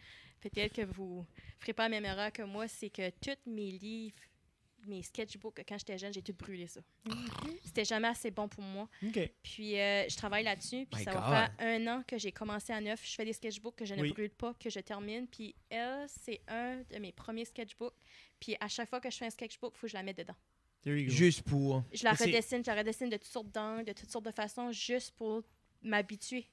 peut-être que vous ne ferez pas la même erreur que moi, c'est que tous mes livres, mes sketchbooks, quand j'étais jeune, j'ai tout brûlé ça. Mm-hmm. C'était jamais assez bon pour moi. OK. Puis euh, je travaille là-dessus, puis My ça God. va faire un an que j'ai commencé à neuf. Je fais des sketchbooks que je ne Oui. brûle pas, que je termine. Puis elle, c'est un de mes premiers sketchbooks. Puis à chaque fois que je fais un sketchbook, il faut que je la mette dedans. There you go. Juste pour. Je la Mais c'est- redessine, je la redessine de toutes sortes d'angles, de toutes sortes de façons, juste pour m'habituer.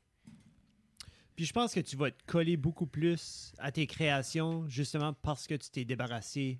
Puis je pense que tu vas te coller beaucoup plus à tes créations, justement parce que tu t'es débarrassé.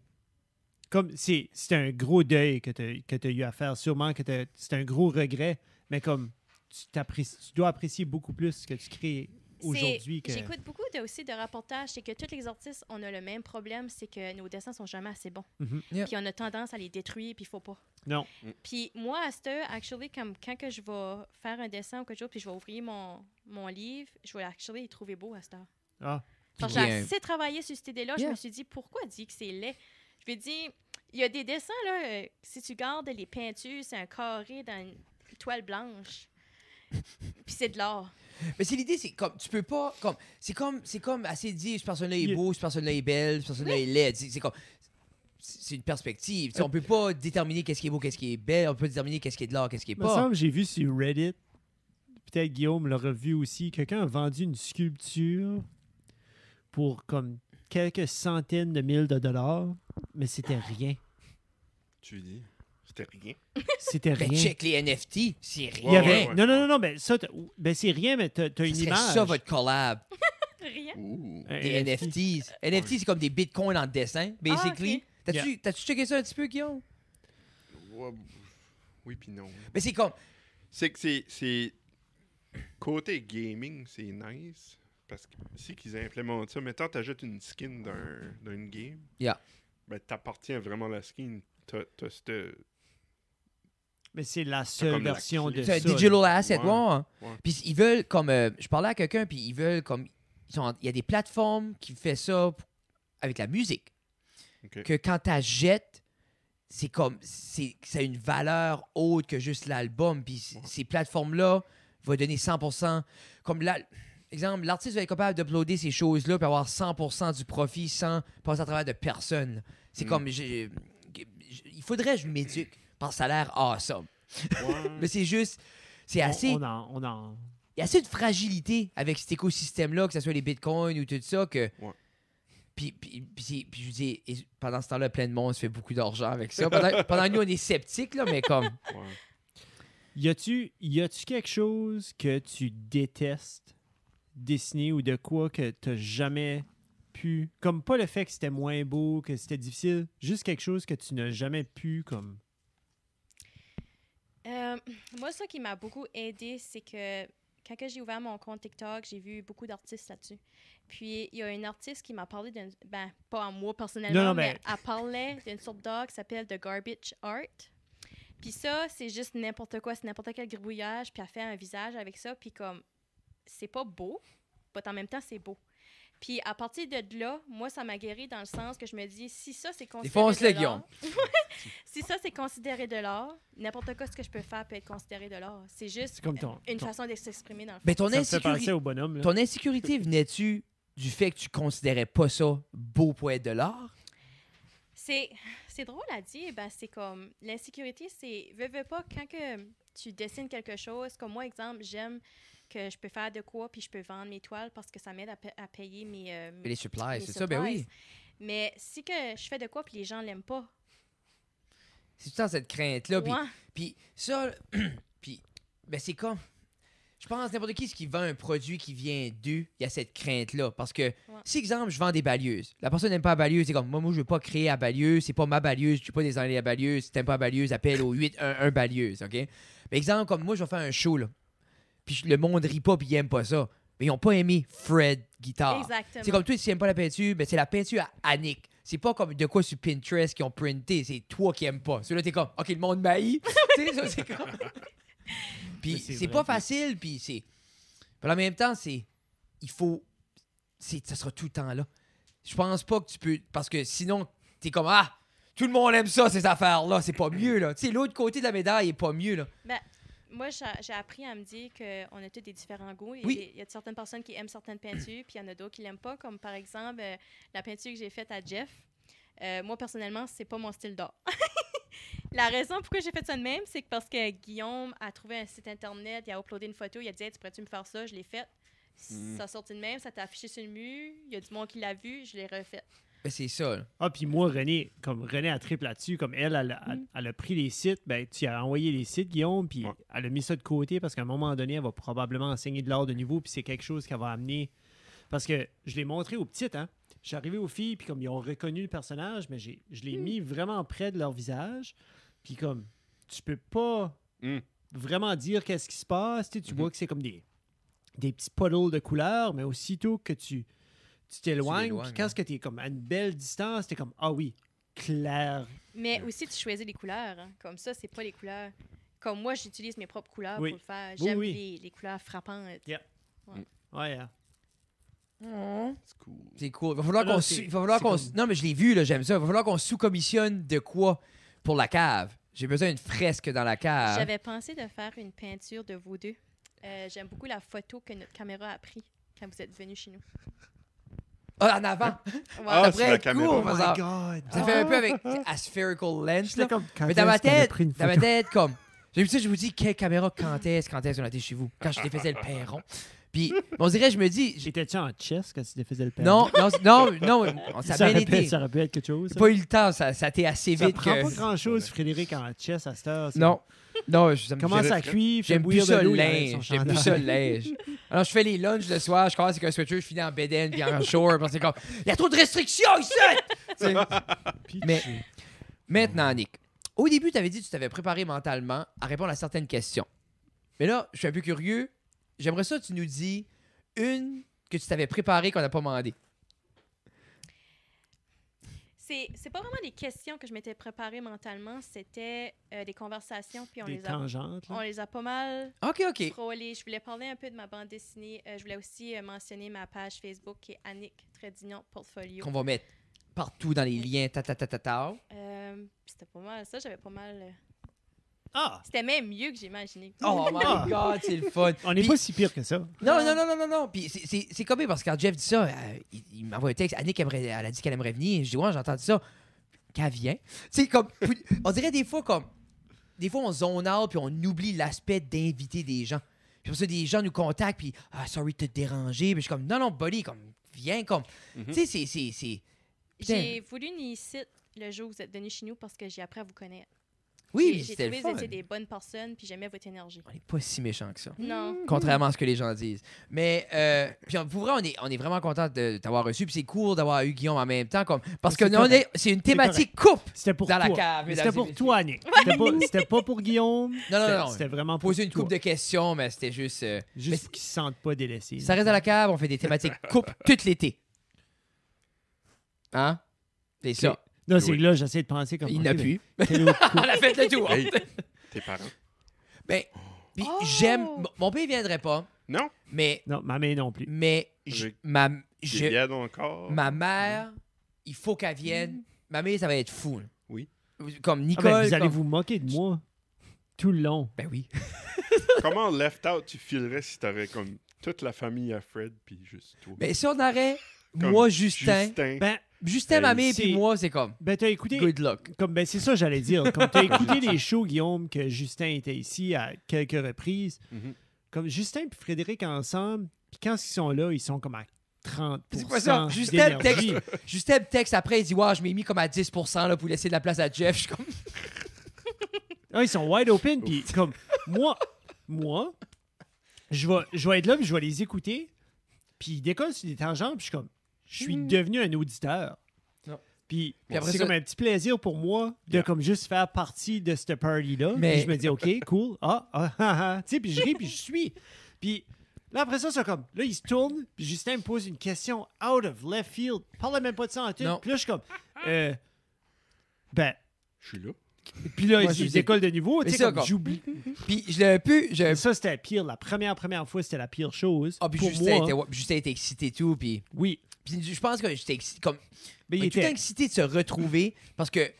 Comme c'est c'est un gros deuil que tu as, eu à faire, sûrement que t'as- c'est un gros regret, mais comme tu, t'apprécies- tu dois apprécier beaucoup plus ce que tu crées C'est- aujourd'hui. Que... J'écoute beaucoup de, aussi de reportages, c'est que tous les artistes, on a le même problème, c'est que nos dessins sont jamais assez bons. Mhm. Yeah. Puis on a tendance à les détruire, puis il faut pas. Non. Puis moi, à cette heure, actually, comme quand que je vais faire un dessin ou quelque chose, puis je vais ouvrir mon, mon livre, je vais actually le trouver beau à cette heure. Ah. Parce que Puis, j'ai euh, assez travaillé sur cette idée-là, je Yeah. me suis dit, pourquoi dire que c'est laid? Je vais dire, il y a des dessins, là, euh, si tu gardes les peintures, c'est un carré dans une toile blanche. Puis c'est de l'art. Mais c'est l'idée, c'est comme, tu peux pas, comme, c'est comme, c'est comme assez dit, cette personne-là est Il- beau, cette personne-là est belle, cette personne-là est laide. C'est, c'est comme, c'est c'est une perspective. Tu sais, on peut pas déterminer qu'est-ce qui est beau, qu'est-ce qui est belle. On peut déterminer qu'est-ce qui est de l'art, qu'est-ce qui est Il me pas. semble, j'ai vu sur Reddit, peut-être Guillaume l'aura vu aussi, quelqu'un a vendu une sculpture pour comme quelques centaines de milliers de dollars, mais c'était rien. Tu dis. C'était rien. C'était Ben, rien. check les NFT, c'est rien. Il y avait... Ouais, ouais, Non, non, non, non, ben, ça, t'as- ben, c'est rien, mais t'as t'as Ça une serait image. Euh, ça, votre collab. *laughs* Rien. Ouh. Un Des NFT. NFTs. NFT, c'est comme des bitcoins en dessin, basically. ok. T'as-tu, t'as-tu checké ça un petit peu, Guillaume? Ouais, Oui, puis non. Mais c'est comme, C'est que c'est- c'est. Côté gaming, c'est nice. Parce que si qu'ils implémentent ça, mettons, t'ajoutes une skin d'un- d'une game. Yeah. Ben, t'appartiens vraiment à la skin. T'as t'as cette. Mais c'est la seule comme la version clé. de C'est ça. un là. digital asset, Ouais, ouais. hein. ouais. Puis ils veulent comme. euh, je parlais à quelqu'un, puis ils veulent comme. ils sont en- Il y a des plateformes qui font ça p- avec la musique. Ok. Que quand tu jettes, c'est comme. c'est- Ça a une valeur haute que juste l'album. Puis c- Ouais. ces plateformes-là vont donner 100%. Comme là. Exemple, l'artiste va être capable d'uploader ces choses-là puis avoir 100% du profit sans passer à travers de personne. C'est Mm. comme. j'ai- j'ai- il faudrait que je m'éduque parce que ça a l'air awesome. Mais Ouais. c'est juste. C'est Mm. On- assez On, en, on en- il y a assez de fragilité avec cet écosystème-là, que ce soit les bitcoins ou tout ça, que. Ouais. Puis, puis, puis c'est- puis je vous dis, et pendant ce temps-là, plein de monde se fait beaucoup d'argent avec *laughs* ça. Pendant, pendant nous, on est sceptiques, là, mais comme. ouais. Y a-tu y a-tu quelque chose que tu détestes dessiner ou de quoi que t'as jamais pu comme pas le fait que c'était moins beau que c'était difficile juste quelque chose que tu n'as jamais pu comme Euh, moi, ça qui m'a beaucoup aidé, c'est que quand que j'ai ouvert mon compte TikTok, j'ai vu beaucoup d'artistes là-dessus. Puis, il y a une artiste qui m'a parlé d'une. Ben, pas à moi personnellement, Non, non, mais... mais- elle parlait d'une sorte d'art qui s'appelle The Garbage Art. Puis ça, c'est juste n'importe quoi, c'est n'importe quel gribouillage, puis elle fait un visage avec ça, puis comme, c'est pas beau, mais en même temps, c'est beau. Puis à partir de là, moi, ça m'a guéri dans le sens que je me dis, si ça, c'est considéré Défonce-le, de l'art... Guillaume. si ça, c'est considéré de l'art, n'importe quoi ce que je peux faire peut être considéré de l'art. C'est c'est juste Euh, comme ton, une ton- façon de s'exprimer dans le Mais fond. ton, ça me fait insécuri- penser au bonhomme là. ton insécurité venait-tu du fait que tu considérais pas ça beau pour être de l'art? C'est, c'est drôle à dire, ben, c'est comme l'insécurité, c'est veux, veux pas quand que tu dessines quelque chose, comme moi exemple, j'aime que je peux faire de quoi puis je peux vendre mes toiles parce que ça m'aide à, pa- à payer mes, euh, Les supplies, mes c'est ça, ben oui. supplies. Mais si que je fais de quoi puis les gens l'aiment pas, C'est tout le temps cette crainte-là. puis- moi, Puis ça, *clears throat* puis ben c'est comme, je pense n'importe qui ce qui vend un produit qui vient d'eux, il y a cette crainte là parce que si exemple je vends des balieuses, la personne n'aime pas la balieuse, c'est comme moi moi je veux pas créer la balieuse, c'est pas ma balieuse, je suis pas designer la balieuse, si t'aimes pas la balieuse, appelle au 811 balieuse, OK Mais exemple comme moi je vais faire un show là. Puis je- le monde rit pas puis ils aiment pas ça. Mais ils ont pas aimé Fred Ah. guitare. exactement. C'est comme toi, si t'aimes pas la peinture, ben c'est la peinture à Annick. C'est pas comme de quoi sur Pinterest qui ont printé, c'est toi qui aimes pas. Celui-là, t'es comme, OK, le monde m'haït. tu sais, ça, c'est comme. Mais puis c'est c'est vrai, pas puis- facile, puis c'est. Puis en même temps, c'est. Il faut. c'est- Ça sera tout le temps là. Je pense pas que tu peux. Parce que sinon, t'es comme, ah, tout le monde aime ça, ces affaires-là. C'est pas mieux, là. Tu sais, l'autre côté de la médaille est pas mieux, là. Moi, j'a- j'ai appris à me dire qu'on a tous des différents goûts. Il y a Oui. des- Il y a certaines personnes qui aiment certaines peintures, puis il y en a d'autres qui l'aiment pas. Comme par exemple, euh, la peinture que j'ai faite à Jeff. Euh, moi, personnellement, c'est pas mon style d'art. *laughs* la raison pourquoi j'ai fait ça de même, c'est que parce que Guillaume a trouvé un site internet, il a uploadé une photo, il a dit Hey, Tu pourrais-tu me faire ça Je l'ai faite. Hmm. Mm. Ça a sorti de même, ça t'a affiché sur le mur, il y a du monde qui l'a vu, je l'ai refait. Ben, c'est ça, là. Ah, puis moi, René, comme René a triple là-dessus, comme elle, elle, a- Mm. elle a pris les sites, ben, tu as envoyé les sites, Guillaume, puis Ouais. elle a mis ça de côté parce qu'à un moment donné, elle va probablement enseigner de l'art de niveau, puis c'est quelque chose qu'elle va amener. Parce que je l'ai montré aux petites, hein. Je suis arrivé aux filles, puis comme ils ont reconnu le personnage, mais j'ai, je l'ai mis vraiment près de leur visage, puis comme tu peux pas Hmm. Mm. vraiment dire qu'est-ce qui se passe, tu, sais, tu Mhm. vois que c'est comme des, des petits puddles de couleurs, mais aussitôt que tu, tu t'éloignes, l'éloignes, puis quand tu es comme à une belle distance, tu es comme, ah oui, clair. Mais Yeah. aussi, tu choisis les couleurs. hein. Comme ça, c'est pas les couleurs. Comme moi, j'utilise mes propres couleurs Oui. pour le faire. Oui, J'aime oui. les- les couleurs frappantes. Ouais, hein. C'est cool. C'est cool. Va falloir Ah non, qu'on c'est- sou- va falloir c'est qu'on comme- non mais je l'ai vu là, j'aime ça. Va falloir qu'on sous-commissionne de quoi pour la cave. J'ai besoin d'une fresque dans la cave. J'avais pensé de faire une peinture de vous deux. Euh, J'aime beaucoup la photo que notre caméra a prise quand vous êtes venu chez nous. Ah, en avant. Ouais. Ah, Ça c'est pourrait la être caméra. cool, Oh par my exemple. God. Ça fait un peu avec *laughs* tu sais, a spherical lens. Ah, J'étais Là. comme, quand Mais dans est-ce ma qu'elle a tête, pris une dans ma photo? tête, comme. J'ai l'habitude, je vous dis, quelle caméra, quand est-ce, quand est-ce qu'on a été chez vous? Quand je défaisais le perron. Puis, on dirait, je me dis. j'ai- J'étais-tu en chess quand tu défaisais le père? Non, non, non, non, on- ça ça, a bien aurait pu, été. ça aurait pu être quelque chose. J'ai ça. pas eu le temps, ça, ça a été assez Ça vite. prend que- pas grand-chose, Frédéric, en chess à cette heure. ça. Non, non, je- ça me- Commence J'aurais à fait- cuire, fait J'aime plus bouillir de ça le l'eau. il enlève linge. son J'aime plus chandail. *laughs* ça le linge. Alors, je fais les lunchs le soir, je commence avec un sweatshirt, je finis en bedaine puis en short parce que c'est comme, il y a trop de restrictions ici! Tu sais. Mais maintenant, Nick, au début, tu avais dit que tu t'avais préparé mentalement à répondre à certaines questions. Mais là, je suis un peu curieux. J'aimerais ça que tu nous dis une que tu t'avais préparée qu'on n'a pas mandé. C'est c'est pas vraiment des questions que je m'étais préparée mentalement, c'était euh, des conversations, puis on Des les, a, tangentes. là. on les a pas mal OK, OK. frôlées. Je voulais parler un peu de ma bande dessinée. Euh, je voulais aussi euh, mentionner ma page Facebook qui est Annick Trédignon Portfolio. Qu'on va mettre partout dans les liens, ta ta ta ta ta. Oh, Euh, c'était pas mal, ça j'avais pas mal. euh, Ah! C'était même mieux que j'imaginais. Oh my God, c'est le fun. On n'est Puis- pas si pire que ça. Non, non, non, non, non, non. Puis c'est- c'est c'est comme parce que quand Jeff dit ça, euh, il, il m'envoie un texte. Annick, aimerait- elle a dit qu'elle aimerait venir. Je dis, ouais, j'ai entendu ça. Qu'elle vient. Tu sais, comme. On dirait des fois, comme. Des fois, on zone out puis on oublie l'aspect d'inviter des gens. Puis pour ça, des gens nous contactent, puis ah, sorry de te déranger. Puis je suis comme, non, non, buddy, comme, viens, comme. Mhm. Tu sais, c'est- c'est. c'est- J'ai voulu venir ici le jour où vous êtes venu chez nous parce que j'ai appris à vous connaître. Oui, J'ai- mais j'ai c'était le trouvé que fun. vous étiez des bonnes personnes, puis j'aimais votre énergie. On n'est pas si méchant que ça. Non. *laughs* Contrairement à ce que les gens disent. Mais euh, puis on- pour vrai, on est, on est vraiment content de t'avoir reçu. Puis c'est cool d'avoir eu Guillaume en même temps. Comme, parce que C'est nous, on correct. est- c'est une thématique coupe. C'était pour Dans la toi. cave, mesdames C'était et pour messieurs. toi, Nick. C'était *laughs* pas, c'était pas pour Guillaume. Non, non, C'était- non. C'était vraiment pour Poser une toi. coupe de questions, mais c'était juste. euh, mais Juste pour qu'ils se sentent pas délaissés. ça reste à la cave, on fait des thématiques coupe tout l'été. Hein? C'est ça. Non, c'est Oui. là, j'essaie de penser comme. Il ok, n'a ben, plus. quelle autre coupe? On a fait le tour. Hey, tes parents. Ben, puis Oh! j'aime. mon- Mon père viendrait pas, Non, mais, Non, ma main non plus. mais j- Avec ma, je... je- encore. ma mère, il faut qu'elle vienne. Ma mère, ça va être fou. là. Oui. Comme Mm. Ah Nicole. ben, vous allez comme- vous moquer de moi tout le long. Ben oui. Comment left out tu filerais si t'aurais comme toute la famille à Fred puis juste toi? Mais si on aurait, Comme moi, Ben, Justin, Justin, Justin. Ben, ma mère, c'est- puis moi, c'est comme ben t'as écouté. good luck. Comme, ben, c'est ça, j'allais dire. Comme *laughs* t'as écouté les shows, Guillaume, que Justin était ici à quelques reprises. Mhm. Comme Justin et Frédéric ensemble, puis quand ils sont là, ils sont comme à 30 C'est quoi ça? Justin me d'énergie. texte, Justin me texte après, il dit Ouais, je m'ai mis comme à 10 là, pour laisser de la place à Jeff. Je suis comme Ah, ils sont wide open, puis comme moi, moi, je vais, je vais être là, puis je vais les écouter, puis ils décollent sur des tangentes, puis je suis comme, je suis devenu un auditeur. Hmm. Non. Puis, Puis après c'est ça- comme un petit plaisir pour moi de Yeah. comme juste faire partie de cette party-là. Mais- Puis je me dis, OK, cool, ah, ah, ah, ah. tu sais, puis je ris, puis je suis. Puis là, après ça, c'est comme, là, ils se tournent, puis Justin me pose une question out of left field, parle même pas de ça en tout, Non. puis là, je suis comme, euh, ben, Je suis là. puis là, Moi, je ils ils dis- décollent de niveau, Mais tu Mm-hmm. sais, ça, comme comme- j'oublie. Puis je l'ai pu. Et Je... ça, c'était pire. La première, première fois, c'était la pire chose. Euh, Ah, puis pour Justin, moi. hein. était, ouais, puis Justin était excité et tout. Puis, Oui. puis je pense que j'étais excité. Comme, Mais on Ben, il est tout le temps était... Ben, excité de se retrouver parce que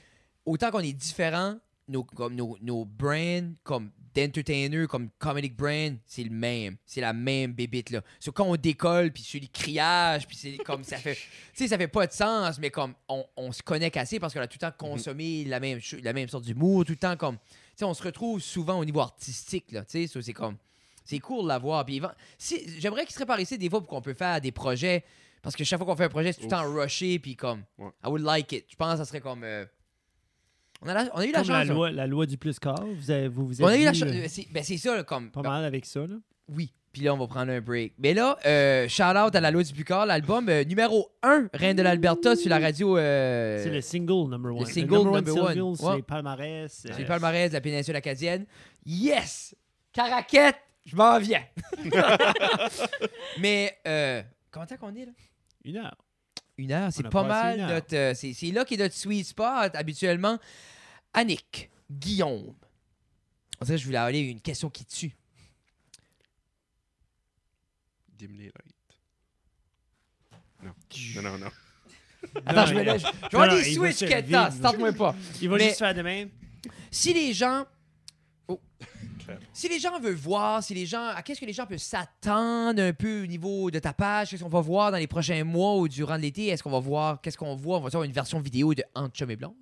autant qu'on est différents, nos, comme nos, nos brands comme d'entertainer, comme comedic brand, c'est le même. C'est la même bébite là. So, quand on décolle, puis c'est les criages, puis c'est comme *laughs* ça fait. tu sais, ça fait pas de sens, mais comme on, on se connecte assez parce qu'on a tout le temps Mm-hmm. consommé la, même, cho- la même sorte d'humour, tout le temps comme. Tu sais, on se retrouve souvent au niveau artistique là. Tu sais, so, c'est comme. C'est cool de l'avoir. Puis, éven- si, j'aimerais qu'il serait par ici des fois pour qu'on peut faire des projets. Parce que chaque fois qu'on fait un projet, c'est tout le temps rushé. Puis, comme, Ouais. I would like it. Je pense que ça serait comme. euh, on, a la- on a eu la Comme la chance. là. loi, la loi du plus quart, vous, avez, vous vous on êtes a eu la Euh, vus, chance. euh, C'est, ben, c'est ça, là, comme. pas mal avec ça. Là. Oui. Puis là, on va prendre un break. Mais là, euh, shout out à la loi du Bucor, l'album euh, numéro 1, Reine de l'Alberta, sur la radio. euh, C'est le single number one. single number one. single, c'est Ouais. palmarès. sur euh, les palmarès de la péninsule acadienne. Yes! Caraquette, je m'en viens. *laughs* Mais, euh, comment est-ce qu'on est, là? Une *laughs* heure. Une heure, c'est a pas passé mal une heure. notre. euh, c'est, c'est là qu'est notre sweet spot habituellement. Annick, Guillaume. On dirait que je voulais aller une question qui tue. Dim les lights. Non. Non, non, non. Attends, Non, je me il- lève. Je- Je non, vais aller il switch, va se Kenta. vider. Starte-moi pas. Il va Mais- juste faire de même. Si les gens. Oh. clairement. Si les gens veulent voir, si les gens, à qu'est-ce que les gens peuvent s'attendre un peu au niveau de ta page, qu'est-ce qu'on va voir dans les prochains mois ou durant l'été, est-ce qu'on va voir, qu'est-ce qu'on voit, on va voir une version vidéo de Entre Chum et Blonde?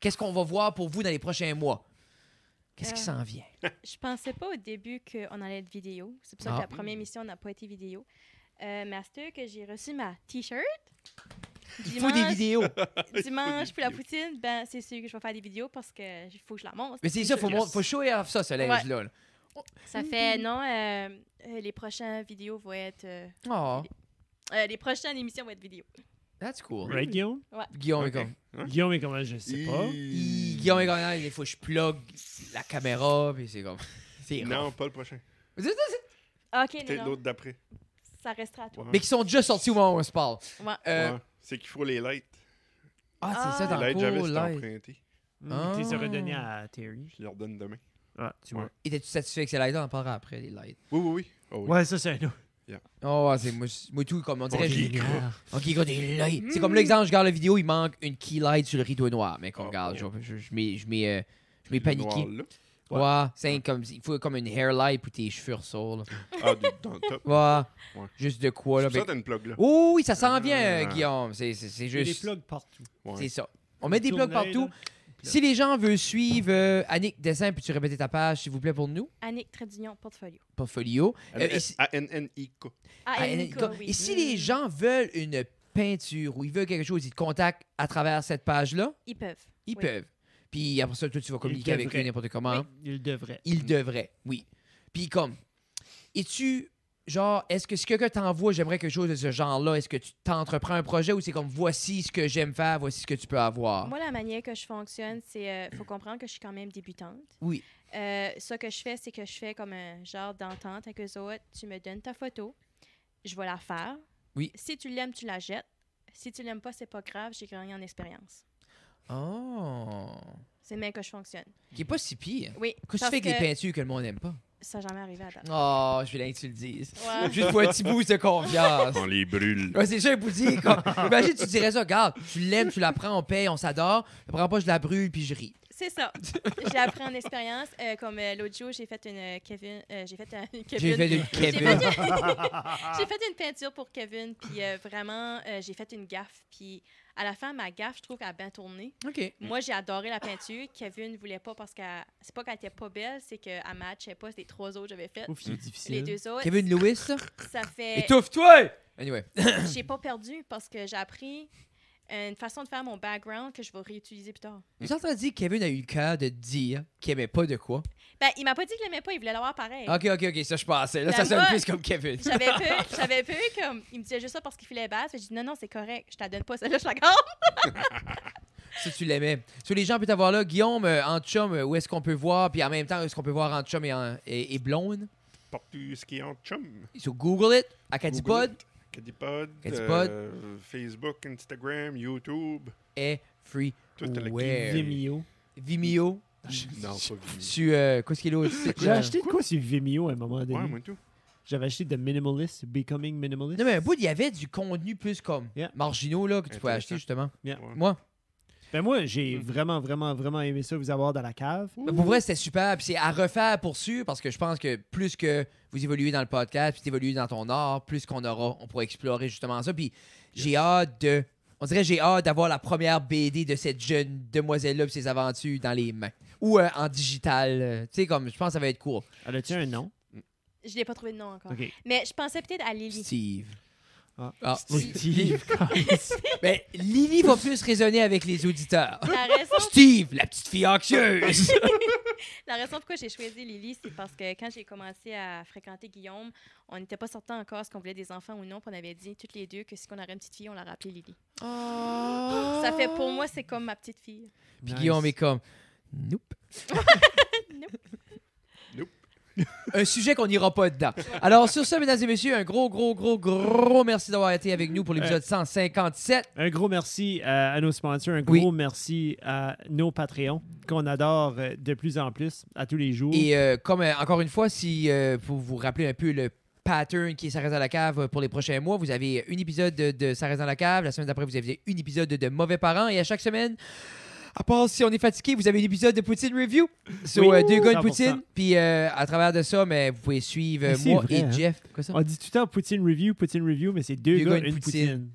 Qu'est-ce qu'on va voir pour vous dans les prochains mois? Qu'est-ce qui Euh, s'en vient? Je pensais pas au début qu'on allait être vidéo. C'est pour ça Ah. que la première émission n'a pas été vidéo. Euh, Master, que j'ai reçu ma T-shirt. Il faut des vidéos. *laughs* Dimanche, pour la vidéos. poutine, ben, c'est sûr que je vais faire des vidéos parce que il faut que je la *laughs* montre. Mais c'est ça, faut, Yes. mon- faut show off ça, ce linge-là. là. Ça fait, non, euh, euh, les prochaines vidéos vont être. euh, Oh, euh, les prochaines émissions vont être vidéo. that's cool. Right, Guillaume? Guillaume est Ok. comme. Hein? Guillaume est comment? Je sais pas. Hi, Guillaume est comme, Ah, il faut que je plug la caméra, puis c'est comme. *laughs* C'est Non, rough. pas le prochain. C'est- c'est- c'est- Ok, Peut-être non, non. l'autre d'après. Ça restera à toi. Ouais. Mais qui sont déjà sortis au moment où on se parle. Ouais. Euh, Ouais, C'est qu'il faut les lights. Ah, c'est ça, Ah. dans les le lights, j'avais cours, été live. emprunté. Ah. Tu les aurais donnés à Terry. Je leur donne demain. Ah, tu Ouais. vois. Étais-tu satisfait avec ces lights On en parlera après, les lights. Oui, oui, oui. Oh, oui. Ouais, ça, c'est un autre. Oh, ouais, c'est moi, moi tout, comme on dirait. Ok. j'ai- Guy Croix. Ok, gars, des lights. C'est comme l'exemple, je regarde la vidéo, il manque une key light sur le rideau noir. Mais qu'on Oh, regarde, oh. je, je, je mets, je mets, euh, je mets Le paniqué. noir, là. Ouais, c'est un comme, il faut comme une hair light pour tes cheveux ressortent. Ah, du- dans le top. là. Ouais, Ouais. juste de quoi, là. C'est pour ça mais- que t'as une plug, là. Oh, oui, ça s'en vient, euh, Ah. Guillaume. C'est c'est- c'est J'ai des juste. plugs partout. Ouais. C'est ça. On met des Tourne plugs partout. Si les gens veulent suivre euh, Annick Dessin, peux-tu répéter ta page, s'il vous plaît, pour nous? Annick Trédignon, portfolio. Portfolio. Euh, et si- A-N-N-I-K. Ah, Ah, et Nico, Nico. oui. Et si les gens veulent une peinture ou ils veulent quelque chose, ils te contactent à travers cette page-là, Ils peuvent. ils Oui. peuvent. Puis après ça, toi, tu vas communiquer avec devraient. eux n'importe comment. là. Il devrait. Ils devraient, oui. Puis comme, es-tu, genre, est-ce que si quelqu'un t'envoie, j'aimerais quelque chose de ce genre-là, est-ce que tu t'entreprends un projet ou c'est comme, voici ce que j'aime faire, voici ce que tu peux avoir? Moi, la manière que je fonctionne, c'est. euh, faut comprendre que je suis quand même débutante. Oui. Euh, ce que je fais, c'est que je fais comme un genre d'entente avec eux autres. Tu me donnes ta photo, je vais la faire. Oui. Si tu l'aimes, tu la jettes. Si tu l'aimes pas, c'est pas grave, j'ai gagné en expérience. Oh. C'est même que je fonctionne. Qui est pas si pire. Oui. Qu'est-ce que tu fais parce avec les que peintures que le monde n'aime pas? Ça jamais arrivé à date. Oh, je voulais que tu le dises. Ouais. Juste pour un petit boost de confiance. On les brûle. Ouais, c'est ça, pour dire. Comme, imagine, tu dirais ça, regarde, tu l'aimes, tu la prends, on paye, on s'adore. Je prends pas, je la brûle, puis je ris. *laughs* C'est ça. j'ai appris en expérience. euh, comme euh, l'autre jour, j'ai fait une euh, Kevin. euh, j'ai fait un Kevin. J'ai fait une J'ai fait Kevin. *laughs* J'ai fait une peinture pour Kevin, puis euh, vraiment, euh, j'ai fait une gaffe. Puis à la fin, ma gaffe, je trouve qu'elle a bien tourné. OK. Moi, j'ai adoré la peinture. Kevin ne voulait pas parce que c'est pas qu'elle était pas belle, c'est qu'elle ne matchait pas les trois autres que j'avais faites. Ouf, il est Les difficile. deux autres, Kevin Lewis, ça? ça fait. étouffe-toi! Anyway. *clears throat* J'ai pas perdu parce que j'ai appris une façon de faire mon background que je vais réutiliser plus tard. J'ai entendu dire que Kevin a eu le cœur de dire qu'il aimait pas de quoi. Ben, il m'a pas dit qu'il l'aimait pas, il voulait l'avoir pareil. OK, OK, OK, ça, je pensais. Là, Ben, ça sonne moi- plus comme Kevin. J'avais peur, *laughs* j'avais peur comme il me disait juste ça parce qu'il filait basse. J'ai dit non non c'est correct, je te la donne pas celle-là, je la garde. Si tu l'aimais. Sur les gens peuvent t'avoir là, Guillaume, euh, en chum, euh, où est-ce qu'on peut voir? Puis en même temps, où est-ce qu'on peut voir en chum et, en- et- et blonde? Partout ce qui est en chum. So, Google it, à Catipod, Google it. Cadipod. Cadipod. euh, Facebook, Instagram, YouTube. et Free. Tout est là. Where? Vimeo. Vimeo. Non, pas Vimeo. Sur, euh, qu'est-ce qu'il y a l'autre site, J'ai là? acheté de quoi sur Vimeo à un moment donné? Ouais, moi tout. J'avais acheté The Minimalist, Becoming Minimalist. Non, mais un bout, il y avait du contenu plus comme Yeah. marginaux là, que tu pouvais Intéressant. acheter justement. Yeah. Ouais. Moi, Ben moi, j'ai Mm. vraiment, vraiment, vraiment aimé ça, vous avoir dans la cave. ben, pour vrai, c'était super. Puis c'est à refaire pour sûr, parce que je pense que plus que vous évoluez dans le podcast, puis t'évolues dans ton art, plus qu'on aura, on pourra explorer justement ça. Puis j'ai hâte de. On dirait que j'ai hâte d'avoir la première BD de cette jeune demoiselle-là, puis ses aventures dans les mains. Ou euh, en digital. euh, tu sais, comme, je pense que ça va être court. Elle a-tu un nom? Je l'ai pas trouvé de nom encore. OK. Mais je pensais peut-être à *laughs* Lily. Steve. Ah. *laughs* Ah. Steve Collins. Ben, Lily va plus résonner avec les auditeurs. La raison, Steve, la petite fille anxieuse. la raison pourquoi j'ai choisi Lily, c'est parce que quand j'ai commencé à fréquenter Guillaume, on n'était pas certain encore ce qu'on voulait des enfants ou non, puis on avait dit toutes les deux que si on aurait une petite fille, on l'aurait appelée Lily. Ça fait pour moi, c'est comme ma petite fille. *laughs* Puis Nice. Guillaume est comme. Nope. Nope. Un sujet qu'on n'ira pas dedans. Alors, sur ça, mesdames et messieurs, un gros, gros, gros, gros merci d'avoir été avec nous pour l'épisode 157. Un gros merci euh, à nos sponsors, un Oui. gros merci à nos Patreons qu'on adore euh, de plus en plus à tous les jours. Et euh, comme euh, encore une fois, si euh, pour vous rappeler un peu le pattern qui est Ça reste dans la cave euh, pour les prochains mois, vous avez un épisode de, de Ça reste dans la cave. La semaine d'après, vous avez un épisode de Mauvais Parents. Et à chaque semaine, À part si on est fatigué, vous avez l'épisode de Poutine Review sur Oui. euh, deux gars de 100%. Poutine. Puis euh, à travers de ça, mais vous pouvez suivre euh, Mais c'est moi vrai, et hein. Jeff. Quoi ça? On dit tout le temps Poutine Review, Poutine Review, mais c'est deux, gars, une poutine.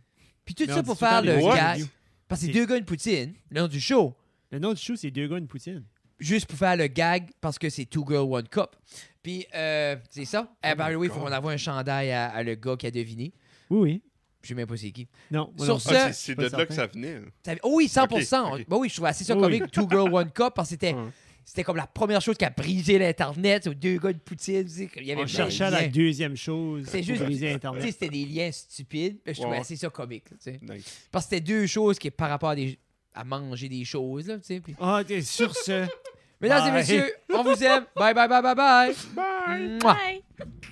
Puis tout Mais ça on pour dit tout le temps faire les le mots. gag. Ouais. Parce que c'est C'est- deux gars une poutine, le nom du show. Le nom du show, c'est Deux gars, une poutine. Juste pour faire le gag parce que c'est Two Girl One Cup. Puis euh, c'est ça. Eh, Oh by my the way, il faut God. qu'on envoie un chandail à, à le gars qui a deviné. Oui, oui. Je sais même pas c'est qui. Non, moi Sur non. ce- Ah, c'est- Je suis c'est pas de là que certain. ça venait. là. Ça- Oh oui, 100 Ok, ok. Bah oui, je trouvais assez ça Oui. comique, Two Girl One Cup, parce que c'était, Ouais. c'était comme la première chose qui a brisé l'Internet, aux deux gars de Poutine. tu sais, qu'il y avait On plein de cherchait la liens. deuxième chose. Eh ben, C'est pour juste- briser Tu sais, Internet. c'était des liens stupides, mais je trouvais Ouais. assez ça comique. là, tu sais. Nice. Parce que c'était deux choses qui, par rapport à, des- à manger des choses. Là, tu sais, puis- Ah, t'es sur ce. Mesdames Bye. et messieurs, on vous aime. Bye, bye, bye, bye, bye. Bye! Mouah. Bye!